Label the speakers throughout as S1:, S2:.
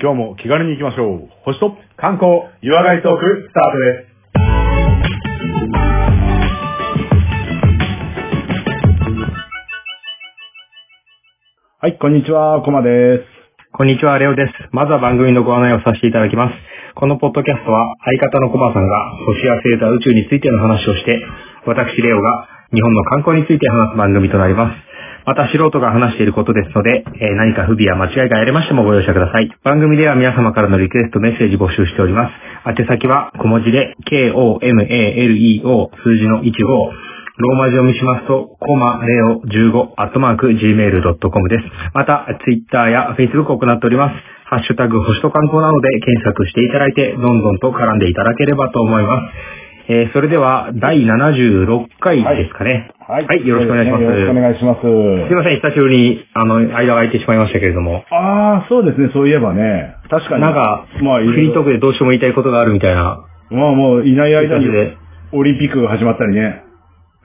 S1: 今日も気軽に行きましょう。星と
S2: 観光、岩貝トーク、スタートです。
S1: はい、こんにちは、コマです。
S3: こんにちは、レオです。まずは番組のご案内をさせていただきます。このポッドキャストは、相方のコバさんが星や星座宇宙についての話をして、私、レオが日本の観光について話す番組となります。また、素人が話していることですので、えー何か不備や間違いがありましてもご容赦ください。番組では皆様からのリクエスト、メッセージ募集しております。宛先は、小文字で、k-o-m-a-l-e-o 数字の15、ローマ字読みしますと、コマレオ15、アットマーク、gmail.com です。また、ツイッターやフェイスブックを行っております。ハッシュタグ、星と観光などで検索していただいて、どんどんと絡んでいただければと思います。えー、それでは、第76回ですかね。
S1: はい
S3: はいよろしくお願いします
S1: よろしくお願いします。
S3: すいません、久しぶりに、あの、間が空いてしまいましたけれども、
S1: あー、そうですね、そういえばね。確かに。
S3: なんか、
S1: まあ、い
S3: フ
S1: ろい
S3: リートー
S1: ろ
S3: クでどうしても言いたいことがあるみたいな
S1: まあ、もういない間
S3: 感
S1: に
S3: じで。
S1: オリンピックが始まったりね。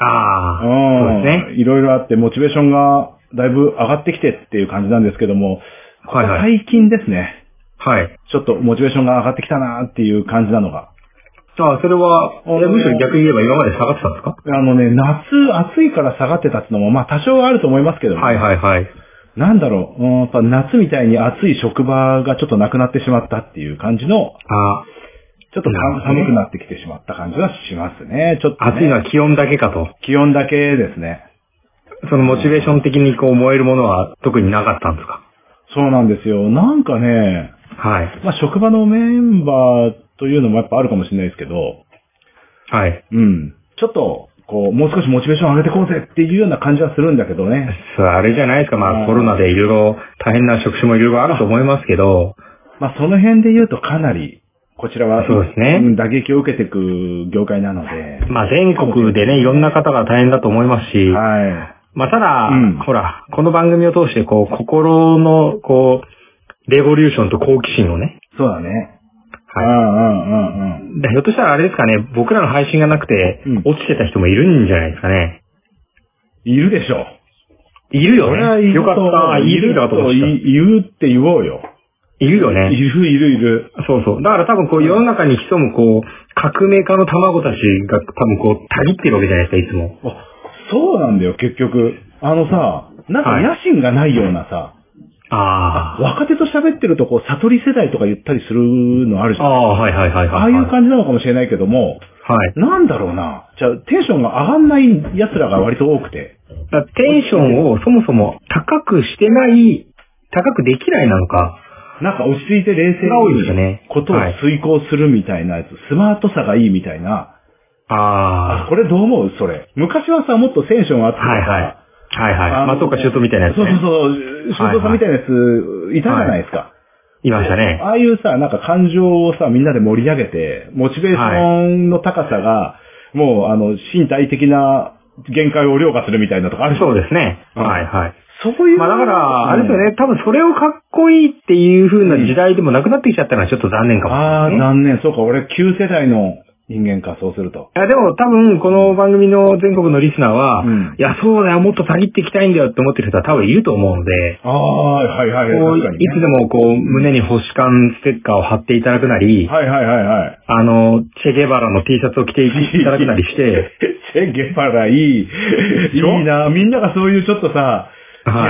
S3: ああ、そうですね。
S1: いろいろあって、モチベーションがだいぶ上がってきてっていう感じなんですけども、
S3: はいはい。
S1: 最近ですね、
S3: はい。
S1: ちょっとモチベーションが上がってきたなーっていう感じなのが。
S3: ああ、それは、え
S1: あの
S3: むしろ逆に言えば今まで下がってたんですか
S1: あのね、夏暑いから下がってたってのも、まあ多少はあると思いますけど、
S3: はいはいはい。
S1: なんだろう、うんやっぱ夏みたいに暑い職場がちょっとなくなってしまったっていう感じの、
S3: あ
S1: ちょっと
S3: なるほ
S1: 寒
S3: ど
S1: 寒くなってきてしまった感じがしますね。ちょっと、
S3: あ、
S1: ね、
S3: 暑いのは気温だけかと。
S1: 気温だけですね。
S3: そのモチベーション的にこう燃えるものは特になかったんですか
S1: そうなんですよ。なんかね、
S3: はい。
S1: まあ職場のメンバーというのもやっぱあるかもしれないですけど、
S3: はい。
S1: うん。ちょっと、こう、もう少しモチベーション上げてこうぜっていうような感じはするんだけどね。
S3: そう、あれじゃないですか。ま
S1: うん
S3: あコロナでいろいろ大変な職種もいろいろあると思いますけど、
S1: まあ、その辺で言うとかなり、こちらは、
S3: そうですね
S1: ん打撃を受けていく業界なので。
S3: まあ全国でね、いろんな方が大変だと思いますし、
S1: は
S3: まあただ、
S1: うん
S3: ほら、この番組を通してこう、心のこう、レボリューションと好奇心をね、
S1: い。そうだね。
S3: はい
S1: うんうんうんうん。
S3: でひょっとしたらあれですかね、僕らの配信がなくて
S1: うん、
S3: 落ちてた人もいるんじゃないですかね。
S1: いるでしょう。
S3: いるよ
S1: 俺はい
S3: ね。
S1: ると
S3: よかった。いるだと思っ
S1: い
S3: てた。
S1: ると言うって言おうよ。
S3: いるよ
S1: い
S3: ね。
S1: るいるいる。
S3: そうそう。だから多分こう世の中に潜むこう、革命家の卵たちが多分こう、たぎってるわけじゃないですか、いつも。
S1: あそうなんだよ、結局。あのさ、なんか
S3: はい
S1: 野心がないようなさ、
S3: あ
S1: 若手と喋ってるとこう、悟り世代とか言ったりするのあるじ
S3: あ。
S1: ゃん。
S3: ああ、はいはいはいはい。
S1: ああいう感じなのかもしれないけども、
S3: はい。
S1: なんだろうな。じゃあ、テンションが上がんない奴らが割と多くて。
S3: だからテンションをそもそも高くしてない、高くできないなのか。
S1: なんか落ち着いて冷静
S3: が多いですよ
S1: に
S3: ね
S1: ことを遂行するみたいなやつ、スマートさがいいみたいな。あ、
S3: ああ。
S1: これどう思うそれ。昔はさ、もっとテンションあってさ、
S3: はいはい。はいはい
S1: あの。
S3: 松岡修斗みたいなやつ
S1: そうそう
S3: ね。
S1: そう、修造さんみたいなやつ、いたじゃないですか。
S3: いましたね。
S1: ああいうさ、なんか感情をさ、みんなで盛り上げて、モチベーションの高さが、もう、あの、身体的な限界を凌駕するみたいなとかある
S3: そううですね。
S1: うん
S3: はいはい。
S1: そういう。
S3: まあだから、あれですよ
S1: うん。
S3: ね、多分それをかっこいいっていう風な時代でもなくなってきちゃったのはちょっと残念かもしれ
S1: ああ、
S3: ないですね。
S1: 残念。そうか、俺、旧世代の人間か、そうすると。
S3: いやでも多分この番組の全国のリスナーは、
S1: うん
S3: いやそうだよ、もっとたぎっていきたいんだよって思ってる人は多分いると思うので、
S1: ああ、はいはい
S3: こ
S1: は
S3: う
S1: い。
S3: い
S1: 確かに、ね。
S3: つでもこう胸に星間ステッカーを貼っていただくなり、
S1: はいはいはいはい。
S3: あの、チェゲバラの T シャツを着ていただくなり して、
S1: チェ・ゲパラいい。い
S3: しょ
S1: いな。みんながそういうちょっとさ、
S3: は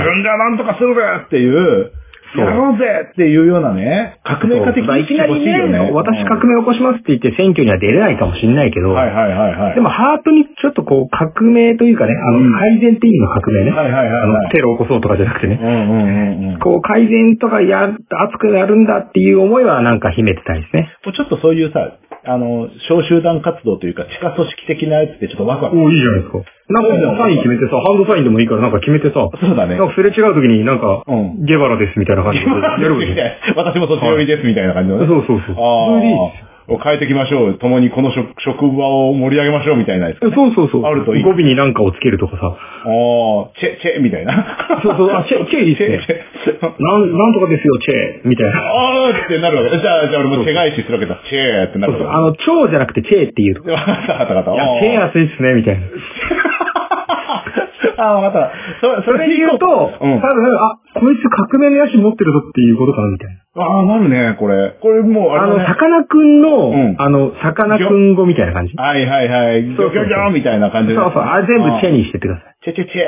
S1: 自
S3: い
S1: 分がなんとかするぜっていう、
S3: そう
S1: やろうぜっていうようなね、革命家的
S3: そういきなりね、私革
S1: 命。
S3: 命起こしますって言って選挙には出れないかもしれないけど、
S1: はいはいはいはい。
S3: でもハートにちょっとこう革命というかね、あ
S1: うん
S3: の改善っていう意味の革命ね。
S1: はいはいはい
S3: あ
S1: はい
S3: の、テロを起こそうとかじゃなくて
S1: う
S3: ね。
S1: んうんうんうん。こ
S3: こう改善とかや、熱くやるんだっていう思いはなんか秘めてたいですね。
S1: うちょっとそういうさ、あの、小集団活動というか、地下組織的なやつってちょっとワクワク。
S3: おいいじゃないですか。なんかもうサイン決めてさ、ハンドサインでもいいからなんか決めてさ、
S1: そうだね。
S3: なんかすれ違う時になんか、
S1: うん
S3: ゲバラですみたいな感じでやるわけじゃん
S1: 私もそっち寄りですみたいな感じのね。
S3: そうそうそう。それでいいっす
S1: ああ。変えていきましょう。共にこの職職場を盛り上げましょうみたいなやつ。あ
S3: そうそうそう。
S1: あるといい
S3: 語尾になんかをつけるとかさ。
S1: あ、チェ、チェみたいな。
S3: そうそう、あ、チェ、チェいいっすね。
S1: チェ、チェ。
S3: なん、なんとかですよ、チェ、みたいな。
S1: あーってなるわけ。じゃあ、じゃあ俺もチェ返しするわけだ。チェーってな
S3: そう
S1: る
S3: そう。
S1: わ
S3: あの、チョウじゃ なくてチェっていうと
S1: け。わかったわかったわかった。
S3: いや、手安いっすね、みたいな。
S1: ああ、わかった。そ
S3: それで言うと、
S1: うん
S3: 多分、あ、こいつ革命の野心持ってるぞっていうことかな、みたいな。
S1: ああ、なるね、これ。これもう、
S3: あ
S1: あれ、
S3: の、
S1: ね、
S3: さかなクンの、
S1: うん
S3: あの、さかなクン語みたいな感じ。そう
S1: はいはいはい、ギョギ
S3: そうそう
S1: ョギョみたいな感じ
S3: そ
S1: で。
S3: う、あれ全部チェ
S1: に。
S3: にしてってください。
S1: チェチェチェ、チ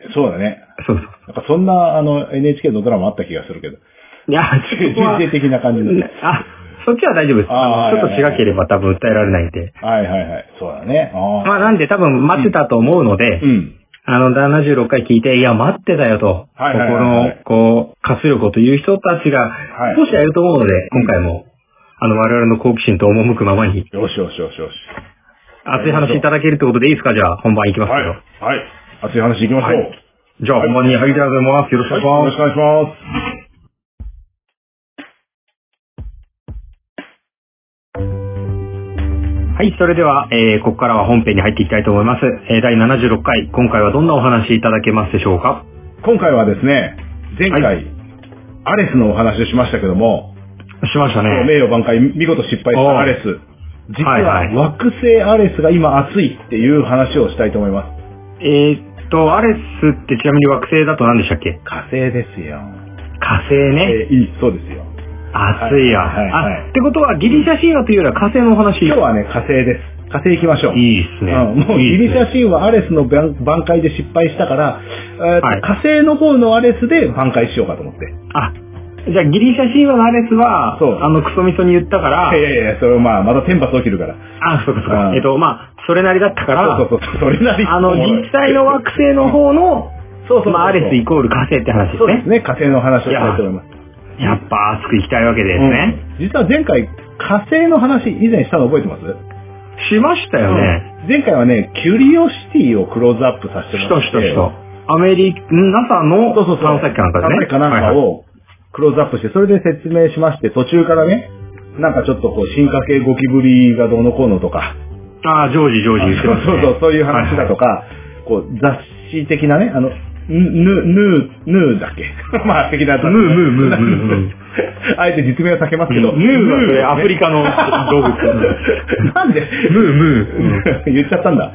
S1: ェチェそうだね。
S3: そうそう。
S1: なんかそんな、あの、NHK のドラマあった気がするけど。
S3: いや、
S1: チェチェチェ的な感じの。
S3: あ、そっちは大丈夫です。
S1: あー
S3: あのちょっと
S1: はいはいは
S3: 違
S1: い
S3: ければ多分訴えられないんで。
S1: はいはいはい。そうだね。ああ。
S3: まあなんで多分待ってたと思うので、
S1: うん。
S3: あの、76回聞いて、いや、待ってたよと、
S1: はいはいはいはい
S3: ここの、こう、活力をという人たちが、
S1: い
S3: 少しはいると思うので、今回も、あの、我々の好奇心と赴くままに、
S1: よしよしよしよし。
S3: 熱い話いただけるってことでいいですかじゃあ、本番いきますよ。
S1: はい。はい。熱い話行きましょう。
S3: はいじゃあ、本番に入りたいと思います。よろしくお
S1: よ
S3: 願い
S1: ろ
S3: し
S1: し
S3: ま
S1: くお願いします。
S3: す。はい、それでは、えー、ここからは本編に入っていきたいと思います。えー、第76回、今回はどんなお話いただけますでしょうか
S1: 今回はですね、前回、
S3: は
S1: アレスのお話をしましたけども、
S3: しましたね。
S1: 名誉挽回、見事失敗し
S3: おう
S1: たアレス。実は、
S3: はいはい
S1: 惑星アレスが今熱いっていう話をしたいと思います。
S3: えーっと、アレスってちなみに惑星だと何でしたっけ
S1: 火星ですよ。
S3: 火星
S1: え
S3: ね。
S1: ーいい、そうですよ。
S3: 暑いや。
S1: はいはいはい
S3: あ、ってことはギリシャ神話というよりは火星のお話。
S1: 今日はね、火星です。火星行きましょう。
S3: いいっすね。
S1: うんもう
S3: い
S1: ギ
S3: い
S1: リ
S3: っ
S1: シ
S3: すね
S1: ャ神話アレスの挽挽回で失敗したから、えーと
S3: はい
S1: 火星の方のアレスで挽回しようかと思って。
S3: あ、じゃあギリシャ神話のアレスは、
S1: そう
S3: あのクソミソに言ったから
S1: い、やいやいや、それはまあ、また天罰起きるから。
S3: あ、そうかそう
S1: う
S3: か。
S1: ん
S3: えっと、まあ、それなりだったから、
S1: そうそうそう、それなり
S3: あの、実際の惑星の方の、
S1: そうそうそうそう
S3: まあ、アレスイコール火星って話で
S1: そ
S3: す
S1: うです
S3: ね。
S1: ね、火星の話をしたいと思います。
S3: やっぱ熱く行きたいわけですね。
S1: うん実は前回、火星の話、以前したの覚えてます
S3: しましたよね。
S1: うん前回はね、キュリオシティをクローズアップさせて
S3: し
S1: もらっ
S3: と
S1: て。
S3: しとしと。アメリカ、NASA の
S1: そうそうそう。
S3: 探査機かなんかでね。
S1: 探査機かなんか
S3: はいはい
S1: をクローズアップして、それで説明しまして、途中からね、なんかちょっとこう、進化系ゴキブリがどうのこうのとか、
S3: あー、ジョージ、ジョージ言ってますね。
S1: そうそうそう、そういう話だとか、こう、雑誌的なね、あの、ぬ、ぬ、ぬ、ぬだっけ まあ、的な雑誌。
S3: ぬぬぬぬぬ
S1: あえて実名は避けますけ
S3: ヌー
S1: ど。
S3: はそれアフリ
S1: カ。
S3: カの動物。
S1: なんで、
S3: ムームー。
S1: 言っちゃったんだ。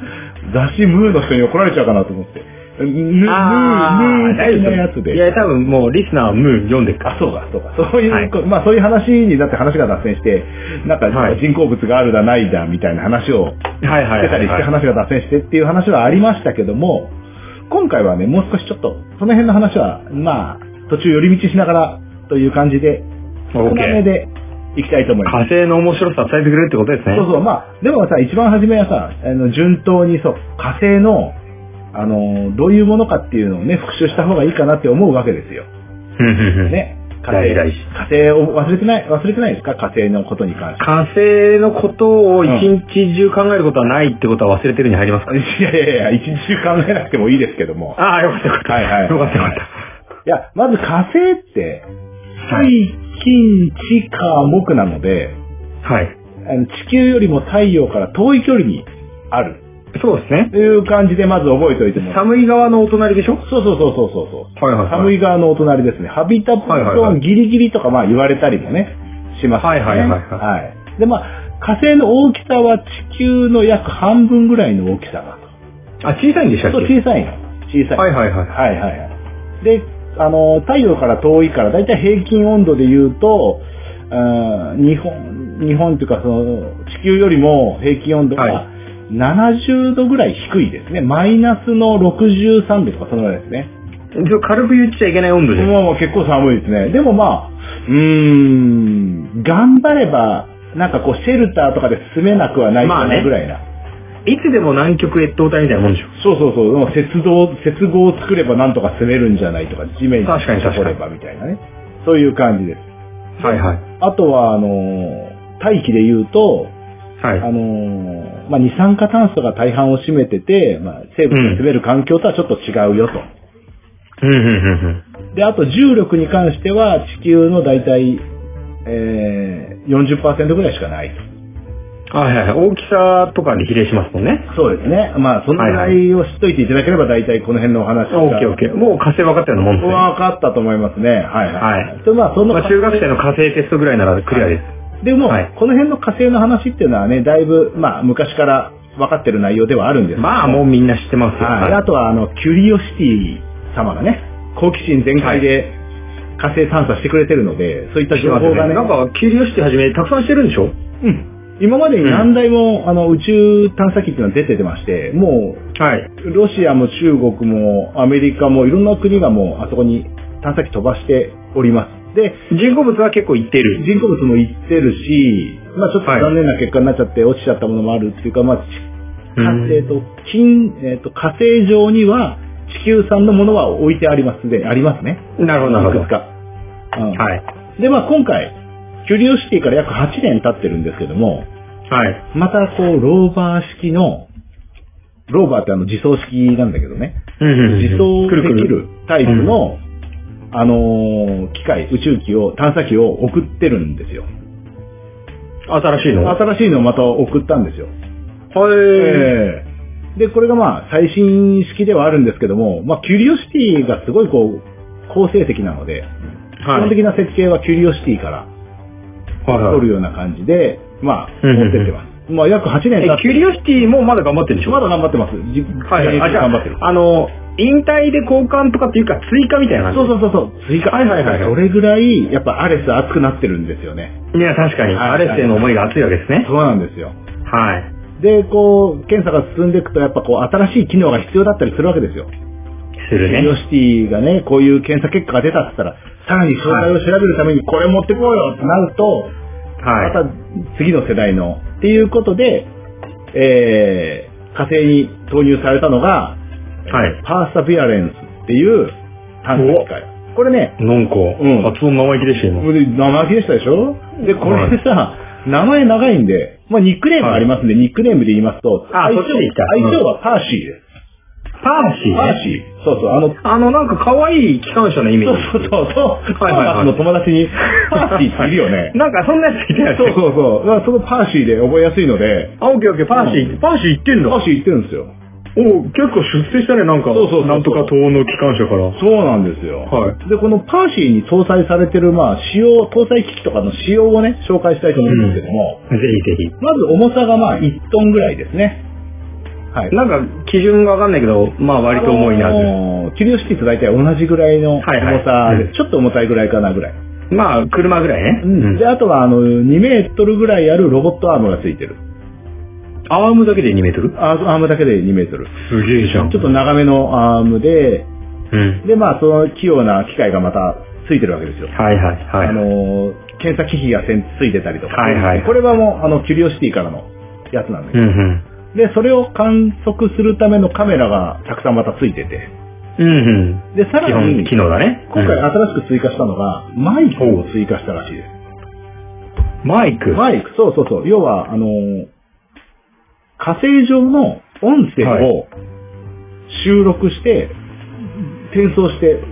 S1: 雑誌ムーの人に怒られちゃうかなと思って。ぬ、ぬ、ぬ、
S3: あー
S1: 的なやつで。
S3: いや、多分もうリスナーはムー読んでるか
S1: あ、
S3: ら。
S1: そうか、そうか。そういう、
S3: はい
S1: まあそういう話にだって話が脱線して、なんか
S3: はい
S1: 人工物があるだないだみたいな話を
S3: はい
S1: してたりして話が脱線してっていう話はありましたけども、今回はね、もう少しちょっと、その辺の話は、まあ、途中寄り道しながらという感じで、少なめ
S3: OK。
S1: でいきたいと思います。
S3: 火星の面白さ伝えてくれるってことですね。
S1: そうそう、まあ、でもさ、一番初めはさ、あの、順当にそう、火星の、あの、どういうものかっていうのをね、復習した方がいいかなって思うわけですよ。
S3: ふんふんふん
S1: ね。火
S3: 大
S1: 星
S3: 事大事
S1: 火星を忘れてない、忘れてないですか火星のことに関して。
S3: 火星のことを一日中考えることはないってことは忘れてるに入りますか
S1: いやいやいや、一日中考えなくてもいいですけども。
S3: ああ、よかったよかった。
S1: はいはい
S3: よかったよかっ
S1: いや、まず火星って、水、金、地、火、木なので、
S3: た。はい。
S1: あの地球よりも太陽から遠い距離にある。
S3: そうですね。
S1: という感じでまず覚えておいてもらう。
S3: 寒い側のお隣でしょは
S1: そうそうそうそうそうそう。
S3: いはい。
S1: 寒い側のお隣ですね。ハビタプ
S3: はいはい
S1: ゾ
S3: は
S1: ー
S3: い
S1: ンギリギリとかまあ言われたりもね、しますよね。
S3: はいはいはいは
S1: はいで、まあ、火星の大きさは地球の約半分ぐらいの大きさが。
S3: あ、小さいんでしたっけ
S1: そう、小さいの。小さい。
S3: はいはいはい。
S1: はいはいはい。で、あの、太陽から遠いから、だいたい平均温度で言うと、うん日本、日本というかその、地球よりも平均温度
S3: はい
S1: が70度ぐらい低いですね。マイナスの63度とかそのぐらいですね。
S3: ちょ軽く言っちゃいけない温度です。
S1: もう結構寒いですね。でもまあ、うーん、頑張れば、なんかこう、シェルターとかで住めなくはないか
S3: まあね
S1: なぐらいな。
S3: いつでも南極越冬隊みたいなもんでしょ
S1: そうそうそう、でも雪道、雪合を作ればなんとか住めるんじゃないとか、地面に
S3: 確かに確かに
S1: 掘ればみたいなね。そういう感じです。
S3: はいはい。
S1: あとは、あのー大気で言うと、あ
S3: はい。
S1: のーまあ、二酸化炭素が大半を占めてて、まあ、生物が住める環境とはちょっと違うよと。
S3: うんうんうんうん。
S1: で、あと重力に関しては地球の大体、えー、40%ぐらいしかないと。
S3: はいはいはい。大きさとかで比例しますもんね。
S1: そうですね。まあ、そのぐらいを知っといていただければ大体この辺のお話
S3: オッケーオッケー。もう火星分かったようなもんですね。
S1: わかったと思いますね。はいはい。
S3: はい
S1: で、まあ、その
S3: まあ、中学生の火星テストぐらいならクリアです。
S1: でも、
S3: はい
S1: この辺の火星の話っていうのはね、だいぶ、まあ、昔から分かってる内容ではあるんですけど
S3: まあもうみんな知ってますよ。
S1: はい、あとはあのキュリオシティ様がね好奇心全開で火星探査してくれてるので、そういった
S3: 知って
S1: 情
S3: ます
S1: 報
S3: よ
S1: がね
S3: ね。なんか、キュリオシティはじめ、たくさんしてるんでしょ
S1: うん、今までに何台も、あの宇宙探査機っていうのは出ててましても
S3: はい。
S1: うロシアも中国もアメリカもいろんな国がもうあそこに探査機飛ばしておりますで
S3: 人工物は結構行ってる。
S1: 人工物も行ってるし、まあちょっと残念な結果になっちゃって落ちちゃったものもあるっていうか、まあ、ち火
S3: うん
S1: えっと金えっと火星上には地球産のものは置いてあります、すでにありますね。
S3: なるほど、なるほど。
S1: いくつか。うん
S3: はい。
S1: で、まあ今回、キュリオシティから約8年経ってるんですけども、
S3: はい。
S1: またこう、ローバー式の、ローバーってあの自走式なんだけどね、自走
S3: くるく
S1: できるタイプの、あのー機械、宇宙機を、探査機を送ってるんですよ。
S3: 新しいのは
S1: 新しいのをまた送ったんですよ。
S3: い。
S1: ええで、これがまあ最新式ではあるんですけども、まあキュリオシティがすごいこう、好成績なので、基
S3: は
S1: 本
S3: い。
S1: 的な設計はキュリオシティから
S3: は
S1: 取るような感じで、まあ、
S3: うんうん
S1: 持
S3: うん
S1: ってってます。まあ約8年
S3: い
S1: 経っ
S3: はい。え、キュ
S1: て、
S3: リオシティもまだ頑張ってるんでしょ
S1: まだ頑張ってます。じ
S3: はいはい。あ、じゃ
S1: 頑張ってる。
S3: あ、あの、引退で交換とかっていうか追加みたいな感じ
S1: そうそうそうそう、追加。
S3: はいはいはいはい
S1: それぐらい、やっぱアレス熱くなってるんですよね。
S3: いや、確かに。
S1: はい
S3: アレスへの思いが熱いわけですね。
S1: そうなんですよ。
S3: はい。
S1: で、こう、検査が進んでいくと、やっぱこう、新しい機能が必要だったりするわけですよ。
S3: する
S1: キュリオ
S3: ね。
S1: シティがね、こういう検査結果が出たって言ったら、さらに障害を調べるためにこれ持ってこうよってなると、
S3: はい。
S1: また次の世代の、っていうことで、えー、火星に投入されたのが、
S3: はい。
S1: パーサビアレンスっていう探査機械。これね、
S3: なんか、
S1: ん
S3: 発音生意気でしたよ、今。
S1: で生意気でしたでしょで、これでさ、名前長いんで、まあ、ニックネームがありますんで、ニックネームで言いますと、
S3: あそっちで行った
S1: 相性はパーシーです。
S3: パーシー、ね。
S1: パーシー。そうそう、あの、
S3: あの、なんか可愛い機関車のイメー
S1: そう
S3: ジ。
S1: そうそうそう。
S3: はいはいはい。
S1: パーマスの友達に、パーシーっているよね
S3: なん かそんなやついてない
S1: そうそうそう。だからそのパーシーで覚えやすいので、
S3: あ、オッケーオッケー、パーシー、パーシー行ってんだ。
S1: パ
S3: お
S1: ーシー言ってるんですよ。
S3: 結構出世したね、なんか。
S1: そうそうそうそう
S3: なんとか東の機関車から。
S1: そうなんですよ。
S3: はい
S1: で、このパーシーに搭載されてる、まあ、仕様、搭載機器とかの仕様をね、紹介したいと思うんですけども、
S3: ぜひぜ
S1: まず重さがまあ、1トンぐらいですね。はい
S3: ひ。。なんか、基準がわかんないけど、まあ割と重いな、
S1: あのーキュリオシティと大体同じぐらいの重さで、
S3: はいはいうん
S1: ちょっと重たいぐらいかなぐらい。
S3: まあ、車ぐらいね。
S1: で、あとは、あの、2メートルぐらいあるロボットアームがついてる。
S3: アームだけで2メートル
S1: アーアームだけで2メートル。
S3: すげえじゃん
S1: ちょっと長めのアームで、
S3: うん。
S1: で、まあ、その器用な機械がまたついてるわけですよ。
S3: はいはいはい。
S1: あのー、検査機器がせんついてたりとか。
S3: はいはい
S1: これはもう、あの、キュリオシティからのやつなんだけ
S3: う
S1: ど、
S3: んうん。
S1: で、それを観測するためのカメラがたくさんまたついてて。
S3: うんうん。
S1: で、さ
S3: 基
S1: ら
S3: 本、
S1: に、
S3: 機能だね。
S1: 今回
S3: うん
S1: 新しく追加したのが、マイクを追加したらしいです。
S3: マイク。
S1: マイク、そうそうそう。要は、あのー、火星上の音声
S3: は
S1: を収録して、転送して、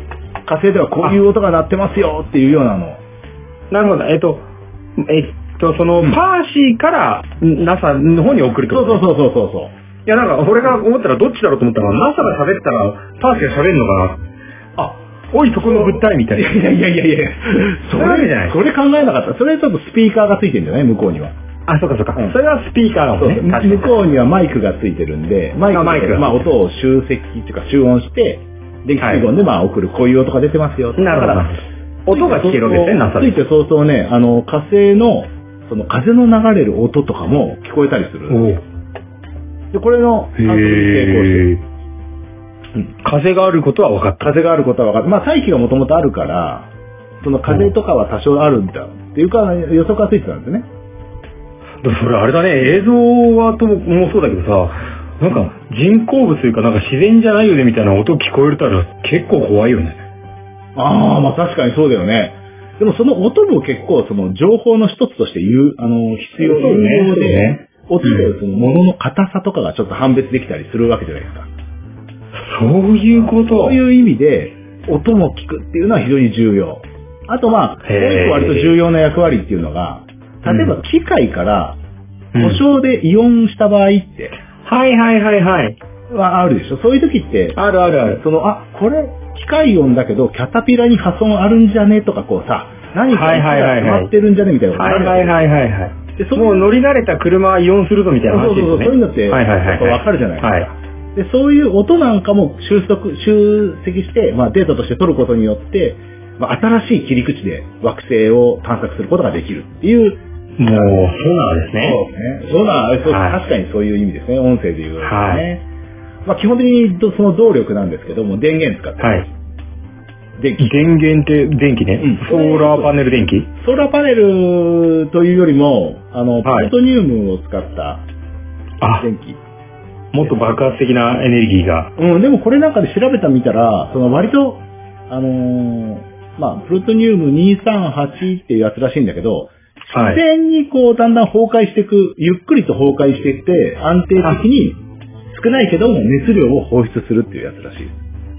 S1: 火星ではこういう音が鳴ってますよっていうようなのを
S3: なるほど。えっと、えっと、その、パーシーからん NASA の方に送るって
S1: そ
S3: こ
S1: う
S3: と
S1: そうそうそうそうそう。
S3: いや、なんか、俺が思ったらどっちだろうと思ったら、NASA が喋ったら、パーシーが喋るのかな。あ、おい、そこの物体みたい
S1: い
S3: な
S1: や。いやいやいやいやそ
S3: そういうわけじゃない
S1: れ、それ考えなかった。それちょっとスピーカーがついてるんじゃない向こうには。
S3: あ、そうかそうか。
S1: うん
S3: それはスピーカーだもんね。確かに
S1: 向こうにはマイクがついてるんで、マイク
S3: あマイク
S1: まあ音を集積っていうか集音して、電気集合でまあ送る、こういう音が出てますよ。
S3: なるほどなるほど。音が聞けるわけですね、NASA
S1: つい
S3: で。
S1: て早々ね、あの、火星の、その風の流れる音とかも聞こえたりする。
S3: お
S1: で、これの、観測に成功して
S3: へー風があることは分かった。
S1: 風があることは分かる。まあ大気がもともとあるから、その風とかは多少あるんだ。っていうか、予測がついてたんですね。
S3: でもそれあれだね、映像はとももうそうだけどさ、なんか人工物というかなんか自然じゃないよねみたいな音聞こえるたら結構怖いよね。
S1: ああ、まあ確かにそうだよね。でもその音も結構その情報の一つとして言う、あの、必要
S3: そうね
S1: 有用で、音で
S3: う
S1: その物の硬さとかがちょっと判別できたりするわけじゃないですか。
S3: そういうこと。
S1: そういう意味で、音も聞くっていうのは非常に重要。あとまあ、もう
S3: へ
S1: 一
S3: ー
S1: 個割と重要な役割っていうのが、例え
S3: う
S1: ば機械から
S3: うん
S1: 故障で異音した場合って、
S3: はいはいはいはい。
S1: はあるでしょそういう時って、
S3: あるあるある。
S1: その、あ、これ、機械音だけど、キャタピラに破損あるんじゃねとか、こうさ、何か
S3: はいはいはいはい
S1: 決まってるんじゃねみたいなこと
S3: はい
S1: にな
S3: は
S1: る
S3: いはいはいはい。
S1: で、そう
S3: もう
S1: いう、
S3: 乗り慣れた車はイオンするぞみたいな話ですね。
S1: そうそうそうそういうのって
S3: はいはいはいはい。
S1: わかるじゃない
S3: はい。
S1: でそういう音なんかも収束、集積して、まあデータとして取ることによって、まあ新しい切り口で惑星を探索することができるっていう。
S3: もう、そうなんですね。
S1: そうですね。そうな、そう
S3: はい
S1: 確かにそういう意味ですね。音声で言うとね。
S3: はい
S1: まあ基本的にどその動力なんですけども、電源使って、
S3: はい。
S1: 電気。
S3: 電源って電気ね。
S1: うん
S3: ソーラーパネル電気
S1: ソーラーパネルというよりも、あの、
S3: はい
S1: プルトニウムを使った
S3: あ、
S1: 電気。
S3: もっと爆発的なエネルギーが。
S1: うん、でもこれなんかで調べたみたら、その割と、あのーまあ、プルトニウム238っていうやつらしいんだけど、
S3: は
S1: 自
S3: い。
S1: 然にこうだんだん崩壊していく、ゆっくりと崩壊していって、安定的に少ないけども熱量を放出するっていうやつらしい。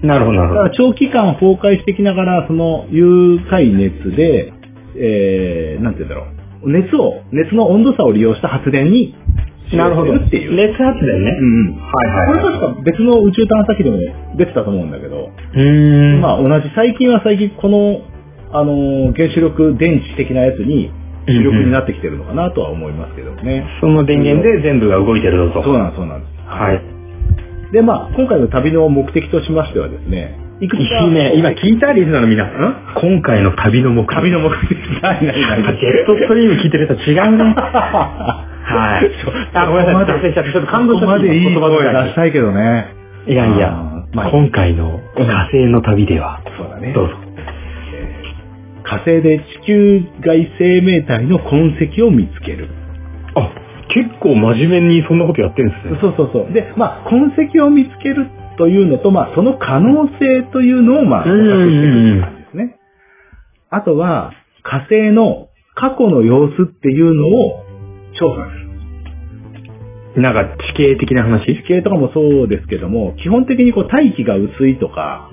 S3: なるほど、な
S1: だ
S3: る
S1: か
S3: ほ
S1: ら長期間崩壊していきながら、その有害熱で、えー、なんて言うんだろう。熱を、熱の温度差を利用した発電に使
S3: ど。なるほ
S1: 用
S3: ど。
S1: するっていう。
S3: 熱発電ね
S1: う。んうん。
S3: はい
S1: こ
S3: は
S1: れ
S3: いはい。
S1: 確か別の宇宙探査機でも出てたと思うんだけど、
S3: うーん。
S1: まあ同じ、最近は最近この、あのー原子力電池的なやつに主力になってきてるのかなとは思いますけどね。
S3: その電源で全部が動いてるぞと。
S1: そうなんです、そうなんで
S3: はい。
S1: す。で、まあ今回の旅の目的としましてはですね、いくつ
S3: い
S1: か、
S3: いね。今聞いたリスナーのみんな。今回の旅の目的。
S1: 旅の目的、 何何
S3: ジェ
S1: 何
S3: ットストリーム聞いてる人違う ね。 はい。 あ、ごめんなさい。脱線しちゃって、ちょっと感動し
S1: こ
S3: ち
S1: こ
S3: ゃ
S1: ま
S3: って、
S1: でいい
S3: 言葉
S1: 声
S3: 遣い
S1: 出したいけどね。
S3: いやいや
S1: あ、ーまあ
S3: 今回の火星の旅では、
S1: そうだね。
S3: どうぞ。
S1: 火星で地球外生命体の痕跡を見つける。
S3: あ、結構真面目にそんなことやってるんですね。
S1: そうそうそう。で、まあ、痕跡を見つけるというのと、まあ、その可能性というのを、まあ、
S3: うんうんうん
S1: 模索していく感じですね。あとは、火星の過去の様子っていうのを調査する。
S3: なんか地形的な話
S1: 地形とかもそうですけども、基本的にこう大気が薄いとか、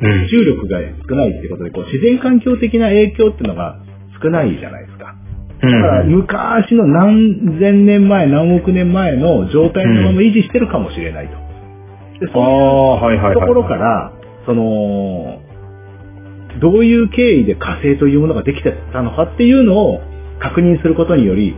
S3: うん。
S1: 重力が少ないってことで、こう自然環境的な影響っていうのが少ないじゃないですか。
S3: う
S1: だから
S3: ん。
S1: 昔の何千年前、何億年前の状態のまま維持してるかもしれないと。で
S3: あ
S1: そういう
S3: あ、はいはいはい。
S1: ところから、その、どういう経緯で火星というものができてたのかっていうのを確認することにより、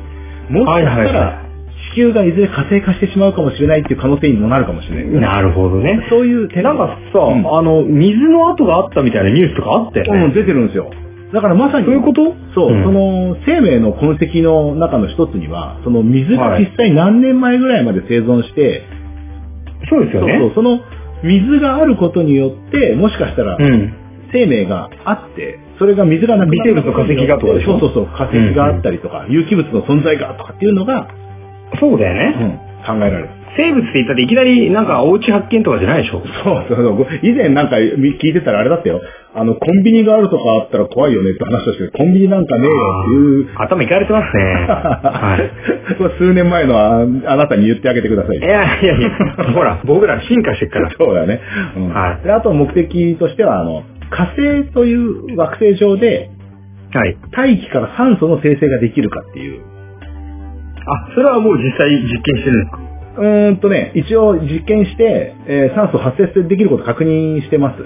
S1: もしかした
S3: はいはい
S1: ら
S3: は
S1: 地球がいずれ火星化してしまうかもしれないっていう可能性にもなるかもしれない。
S3: なるほどね。
S1: そういう手
S3: なんかさ、
S1: うん
S3: あの、水の跡があったみたいなニュースとかあったよ
S1: う
S3: ね。
S1: ん、出てるんですよ。だからまさに、
S3: そういうこと
S1: そう、
S3: うん
S1: その生命の痕跡の中の一つには、その水が実際何年前ぐらいまで生存して、
S3: そうですよね。
S1: そうそう、その水があることによって、もしかしたら、
S3: うん。
S1: 生命があって、それが水がなくなったことによって
S3: 微生物の化石がとかでしょ
S1: そうそうそう、化石があったりとか、有機物の存在がとかっていうのが、
S3: そうだよね。
S1: 考えられる。
S3: 生物って言ったっていきなりなんかお家発見とかじゃないでし
S1: そ
S3: ょ
S1: うそうそう。以前なんかみ聞いてたらあれだったよ。あの、コンビニがあるとかあったら怖いよねって話をしてる。コンビニなんかねえよっていう。
S3: 頭いかれて ますね。は い。
S1: これ数年前のああなたに言ってあげてください
S3: い。やいやいや、ほら、僕ら進化してっから。
S1: そうだね。うん
S3: はい
S1: であと目的としては、あの、火星という惑星上で
S3: はい。
S1: 大気から酸素の生成ができるかっていう。
S3: あ、それはもう実際実験してるんですか
S1: うーんとね、一応実験して、えー酸素発生できること確認してます。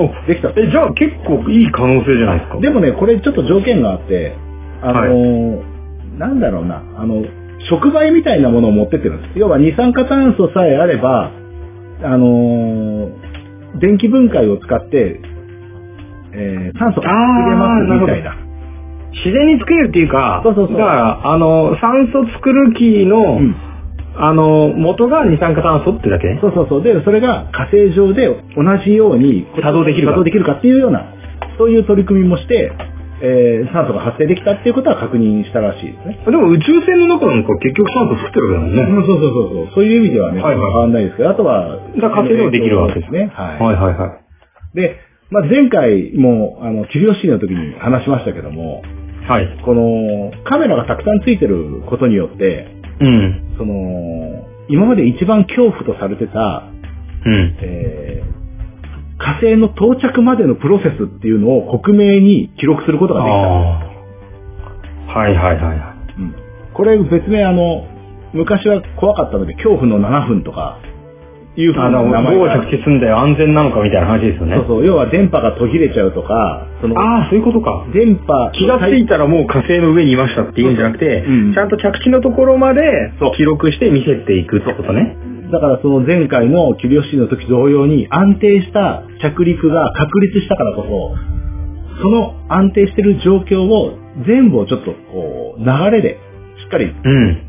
S3: お
S1: できた。
S3: え、じゃあ結構いい可能性じゃないですか
S1: でもね、これちょっと条件があって、あのーなんだろうな、あの、触媒みたいなものを持ってってるんです。要は二酸化炭素さえあれば、あのー電気分解を使って、えー酸素が作れますみたいな。
S3: 自然に作れるっていうか、
S1: そうそうそう
S3: だから、あの、酸素作る気の、
S1: うん
S3: あの、元が二酸化炭素ってだけね。
S1: そうそうそう。で、それが火星上で同じように
S3: 作動できるか
S1: 作動できるかっていうような、そういう取り組みもして、えー酸素が発生できたっていうことは確認したらしいですね。
S3: でも宇宙船の中なんか結局酸素作ってるわけだもんね。
S1: ん、そうそうそうそう。そういう意味ではね、
S3: はいはい
S1: 変わんないですけど、あとは、
S3: だから火星でもできるわけです
S1: ね。はい。
S3: はいはいはい。
S1: で、まあ、前回も、あの、キュリオシティの時に話しましたけども、
S3: はい。
S1: この、カメラがたくさんついてることによって、
S3: うん。
S1: その、今まで一番恐怖とされてた、
S3: うん。
S1: えー火星の到着までのプロセスっていうのを克明に記録すること
S3: あ
S1: ができ
S3: あ。はいはいはいはい。
S1: た。うんこれ別名あの、昔は怖かったので恐怖の7分とか、いうふう
S3: あ
S1: な
S3: の、
S1: 名
S3: 午
S1: 前
S3: 後
S1: が
S3: 着地すんだよ、安全なのかみたいな話ですよね。
S1: そうそう、要は電波が途切れちゃうとか、その、
S3: ああ、そういうことか。
S1: 電波、
S3: 気がついたらもう火星の上にいましたっていうんじゃなくて、
S1: うん
S3: ちゃんと着地のところまで
S1: そう
S3: 記録して見せていくってことね。
S1: だからその前回のキュリオシティの時同様に安定した着陸が確立したからこそ、その安定してる状況を全部をちょっとこう流れでしっかり、
S3: うん。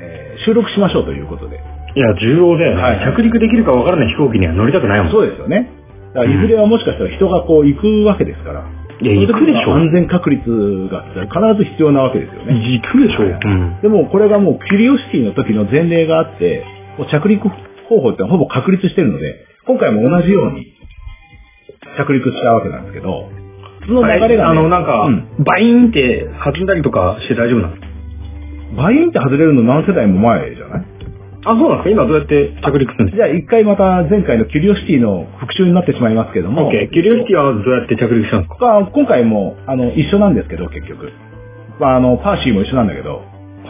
S1: えー収録しましょうということで。
S3: いや、重要だよね。
S1: はい
S3: 着陸できるかわからない飛行機には乗りたくないもん。
S1: そうですよね。だからいずれはもしかしたら人がこう行くわけですから。
S3: いや、行くでし
S1: そ
S3: ょ。
S1: の時には安全確率が必ず必要なわけですよね。
S3: 行くでしょ。うん。
S1: でもこれがもうキュリオシティの時の前例があって、もう着陸方法ってのはほぼ確立してるので、今回も同じように着陸したわけなんですけど、その流れがね、
S3: あの、なんか、
S1: うん
S3: バインって弾んだりとかして大丈夫なの
S1: バインって外れるの何世代も前じゃない
S3: あ、そうなんですか今どうやって着陸するんです
S1: じゃあ一回また前回のキュリオシティの復習になってしまいますけど
S3: かオ
S1: も、
S3: ッケー。キュリオシティはどうやって着陸したんですか
S1: まあ今回もあの一緒なんですけど、結局。まあ、あの、パーシーも一緒なんだけど、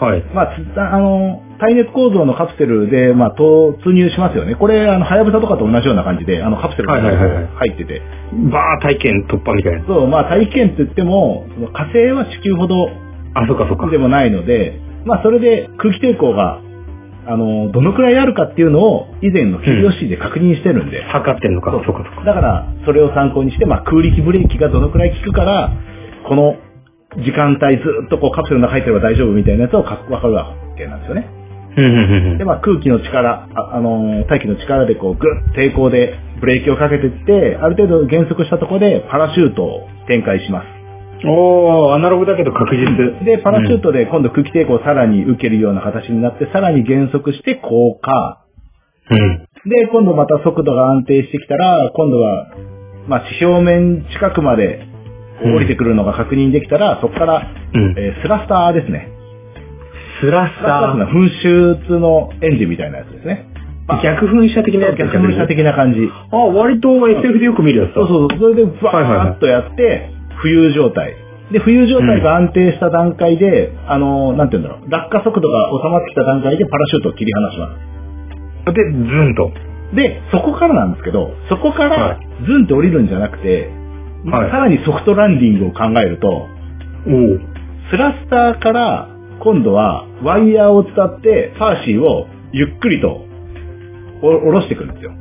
S3: はい。
S1: まあ、つあの、耐熱構造のカプセルで、まあ、突入しますよね。これ、あの、はやぶさとかと同じような感じで、あの、カプセルが
S3: はいはいはいはい
S1: 入ってて。
S3: バー体験突破みたいな。
S1: そう、まあ、体験って言っても、その火星は地球ほど
S3: あ、そっかそっか。
S1: でもないので、まあ、それで空気抵抗が、あの、どのくらいあるかっていうのを、以前のキリオシティで確認してるんで。
S3: 測ってんのか。そ
S1: そうう
S3: かそうか。
S1: だから、それを参考にして、まあ、空力ブレーキがどのくらい効くから、この時間帯ずっとこうカプセルの中入ってれば大丈夫みたいなやつをかわかるわけなんですよね。
S3: うんうんうんうん
S1: で、。まあ、空気の力、あ、あのー大気の力でこう、ぐっと抵抗でブレーキをかけていって、ある程度減速したところでパラシュートを展開しま
S3: おー、アナログだけど確
S1: す。
S3: 実。
S1: で、パラシュートで今度空気抵抗をさらに受けるような形になって、さらに減速して降下。
S3: うん。
S1: で、今度また速度が安定してきたら、今度は、まあ、地表面近くまで
S3: うん
S1: 降りてくるのが確認できたら、そこから、
S3: うん。
S1: えースラスターですね。
S3: スラ
S1: スラスターっていうのは噴射のエンジンみたいなやつですね。
S3: ー。逆噴射的なやつ
S1: 逆噴射的な感じ。
S3: あ、割と SF でよく見るやつだ。
S1: そうそ
S3: う。
S1: うそう。それで、
S3: はいはいはい
S1: バーッとやって、浮遊状態。で、浮遊状態が安定した段階で、あの、なんて言うんだろう、落下速度が収まってきた段階でパラシュートを切り離しま
S3: で、ズンと。
S1: す。で、そこからなんですけど、そこか
S3: は
S1: ら
S3: い
S1: ズンって降りるんじゃなくて、
S3: はい
S1: さらにソフトランディングを考えると、
S3: おー。
S1: スラスターから今度はワイヤーを伝ってパーシーをゆっくりとお下ろしていくんですよ。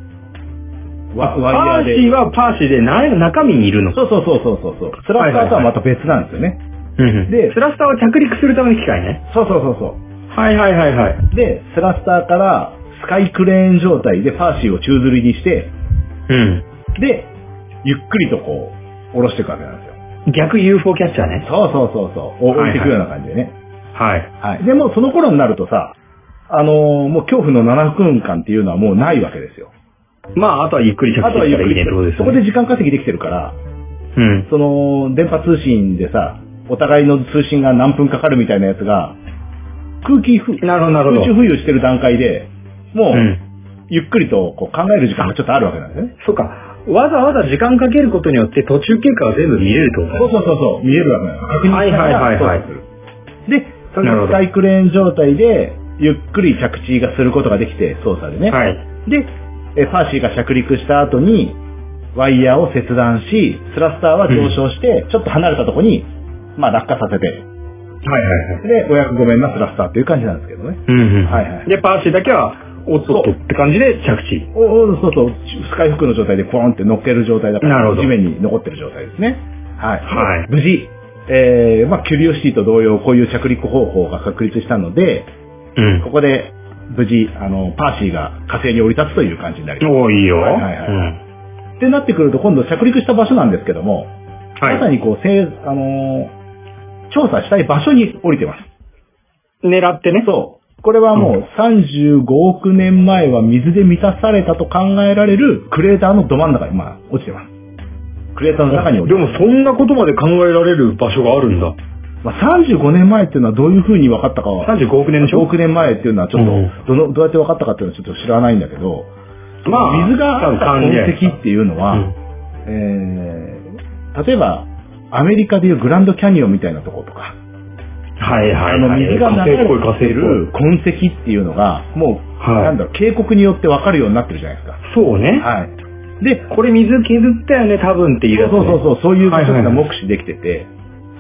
S3: パ
S1: わワ
S3: ー
S1: イヤ
S3: シ
S1: ーで。
S3: ーはパーシーで、な中身にいるの。
S1: そうそうそうそうそうそう。スラスターとはまた別なんですよね。
S3: うんで、
S1: で
S3: スラスターは着陸するための機械ね。
S1: そうそうそうそ
S3: はいはいはいはい。
S1: う。で、スラスターからスカイクレーン状態でパーシーを宙吊りにして、
S3: うん。
S1: で、ゆっくりとこう、下ろしていくわけなんですよ。
S3: 逆 UFO キャッチャーね。
S1: そうそうそうそう。お
S3: は
S1: 置
S3: いはい
S1: いていくような感じでね。
S3: はい。
S1: はい。でも、その頃になるとさ、あのーもう恐怖の7分間っていうのはもうないわけですよ。
S3: まあ、あとはゆっくり着地
S1: あとは
S3: し
S1: ゆっ
S3: たら
S1: く
S3: い
S1: り
S3: いねってことです
S1: そ
S3: よ
S1: こで
S3: ね。
S1: 時間稼ぎできてるから、
S3: うん。
S1: その、電波通信でさ、お互いの通信が何分かかるみたいなやつが、空気ふ、
S3: なるほどなるほ
S1: 空中
S3: ど。
S1: 浮遊してる段階で、もう、
S3: うん。
S1: ゆっくりとこう考える時間がちょっとあるわけなんですね。
S3: そうか。わざわざ時間かけることによって途中経過が全部見れるってことだ
S1: そうそう
S3: ね。
S1: そうそう、見えるわけなんです。確認しながら
S3: はいはいはいはい
S1: 操作するで、そ
S3: なる
S1: の
S3: ほど
S1: スカイクレーン状態で、ゆっくり着地がすることができて、操作でね。
S3: はい。
S1: で、えパーシーが着陸した後に、ワイヤーを切断し、スラスターは上昇して、ちょっと離れたとこに、まあ落下させて、
S3: はいはいはい。
S1: で、お役ごめんなスラスターっていう感じなんですけどね。
S3: うんうん。
S1: はいはい
S3: で、パーシーだけは、おっとっとって感じで着地。
S1: おおそうそう、スカイ服の状態でポーンって乗っける状態だか
S3: なる
S1: ら
S3: ほ、ど
S1: 地面に残ってる状態ですね。はい。
S3: はい
S1: 無事、えー、まあキュリオシティと同様、こういう着陸方法が確立したので、
S3: うん。
S1: ここで、無事、あの、パーシーが火星に降り立つという感じになりま
S3: おーいいよ。
S1: はいはいはい
S3: うん。
S1: す。ってなってくると、今度着陸した場所なんですけども、ま
S3: は
S1: さ
S3: い。
S1: にこう、せいあのー調査したい場所に降りてます。
S3: 狙ってね。
S1: そう。これはもう35億年前は水で満たされたと考えられるクレーターのど真ん中に、まあ、落ちてます。クレーターの中に落
S3: で
S1: ちて
S3: もそんなことまで考えられる場所があるんだ。
S1: ます。まあ、35年前っていうのはどういう風に分かったかは、
S3: 35億年でし
S1: 35
S3: ょ
S1: 億年前っていうのはちょっ
S3: うん
S1: と、どの、どうやって分かったかっていうのはちょっと知らないんだけど、
S3: まあ、
S1: 水があった痕
S3: 多分
S1: 跡っていうのは、
S3: うん
S1: えー、例えば、アメリカでいうグランドキャニオンみたいなところとか、
S3: はいはいはい。
S1: あの水が流れ
S3: 火星っぽい火
S1: て
S3: 星っぽい
S1: る痕跡っていうのが、もう、
S3: はい
S1: なんだろう、警告によってわかるようになってるじゃないですか。
S3: そうね。
S1: はい。で、
S3: これ水削ったよね、多分っていうやつ、
S1: そ
S3: ね。
S1: うそうそう、そういう場所
S3: はい
S1: が
S3: はい
S1: 目視できてて、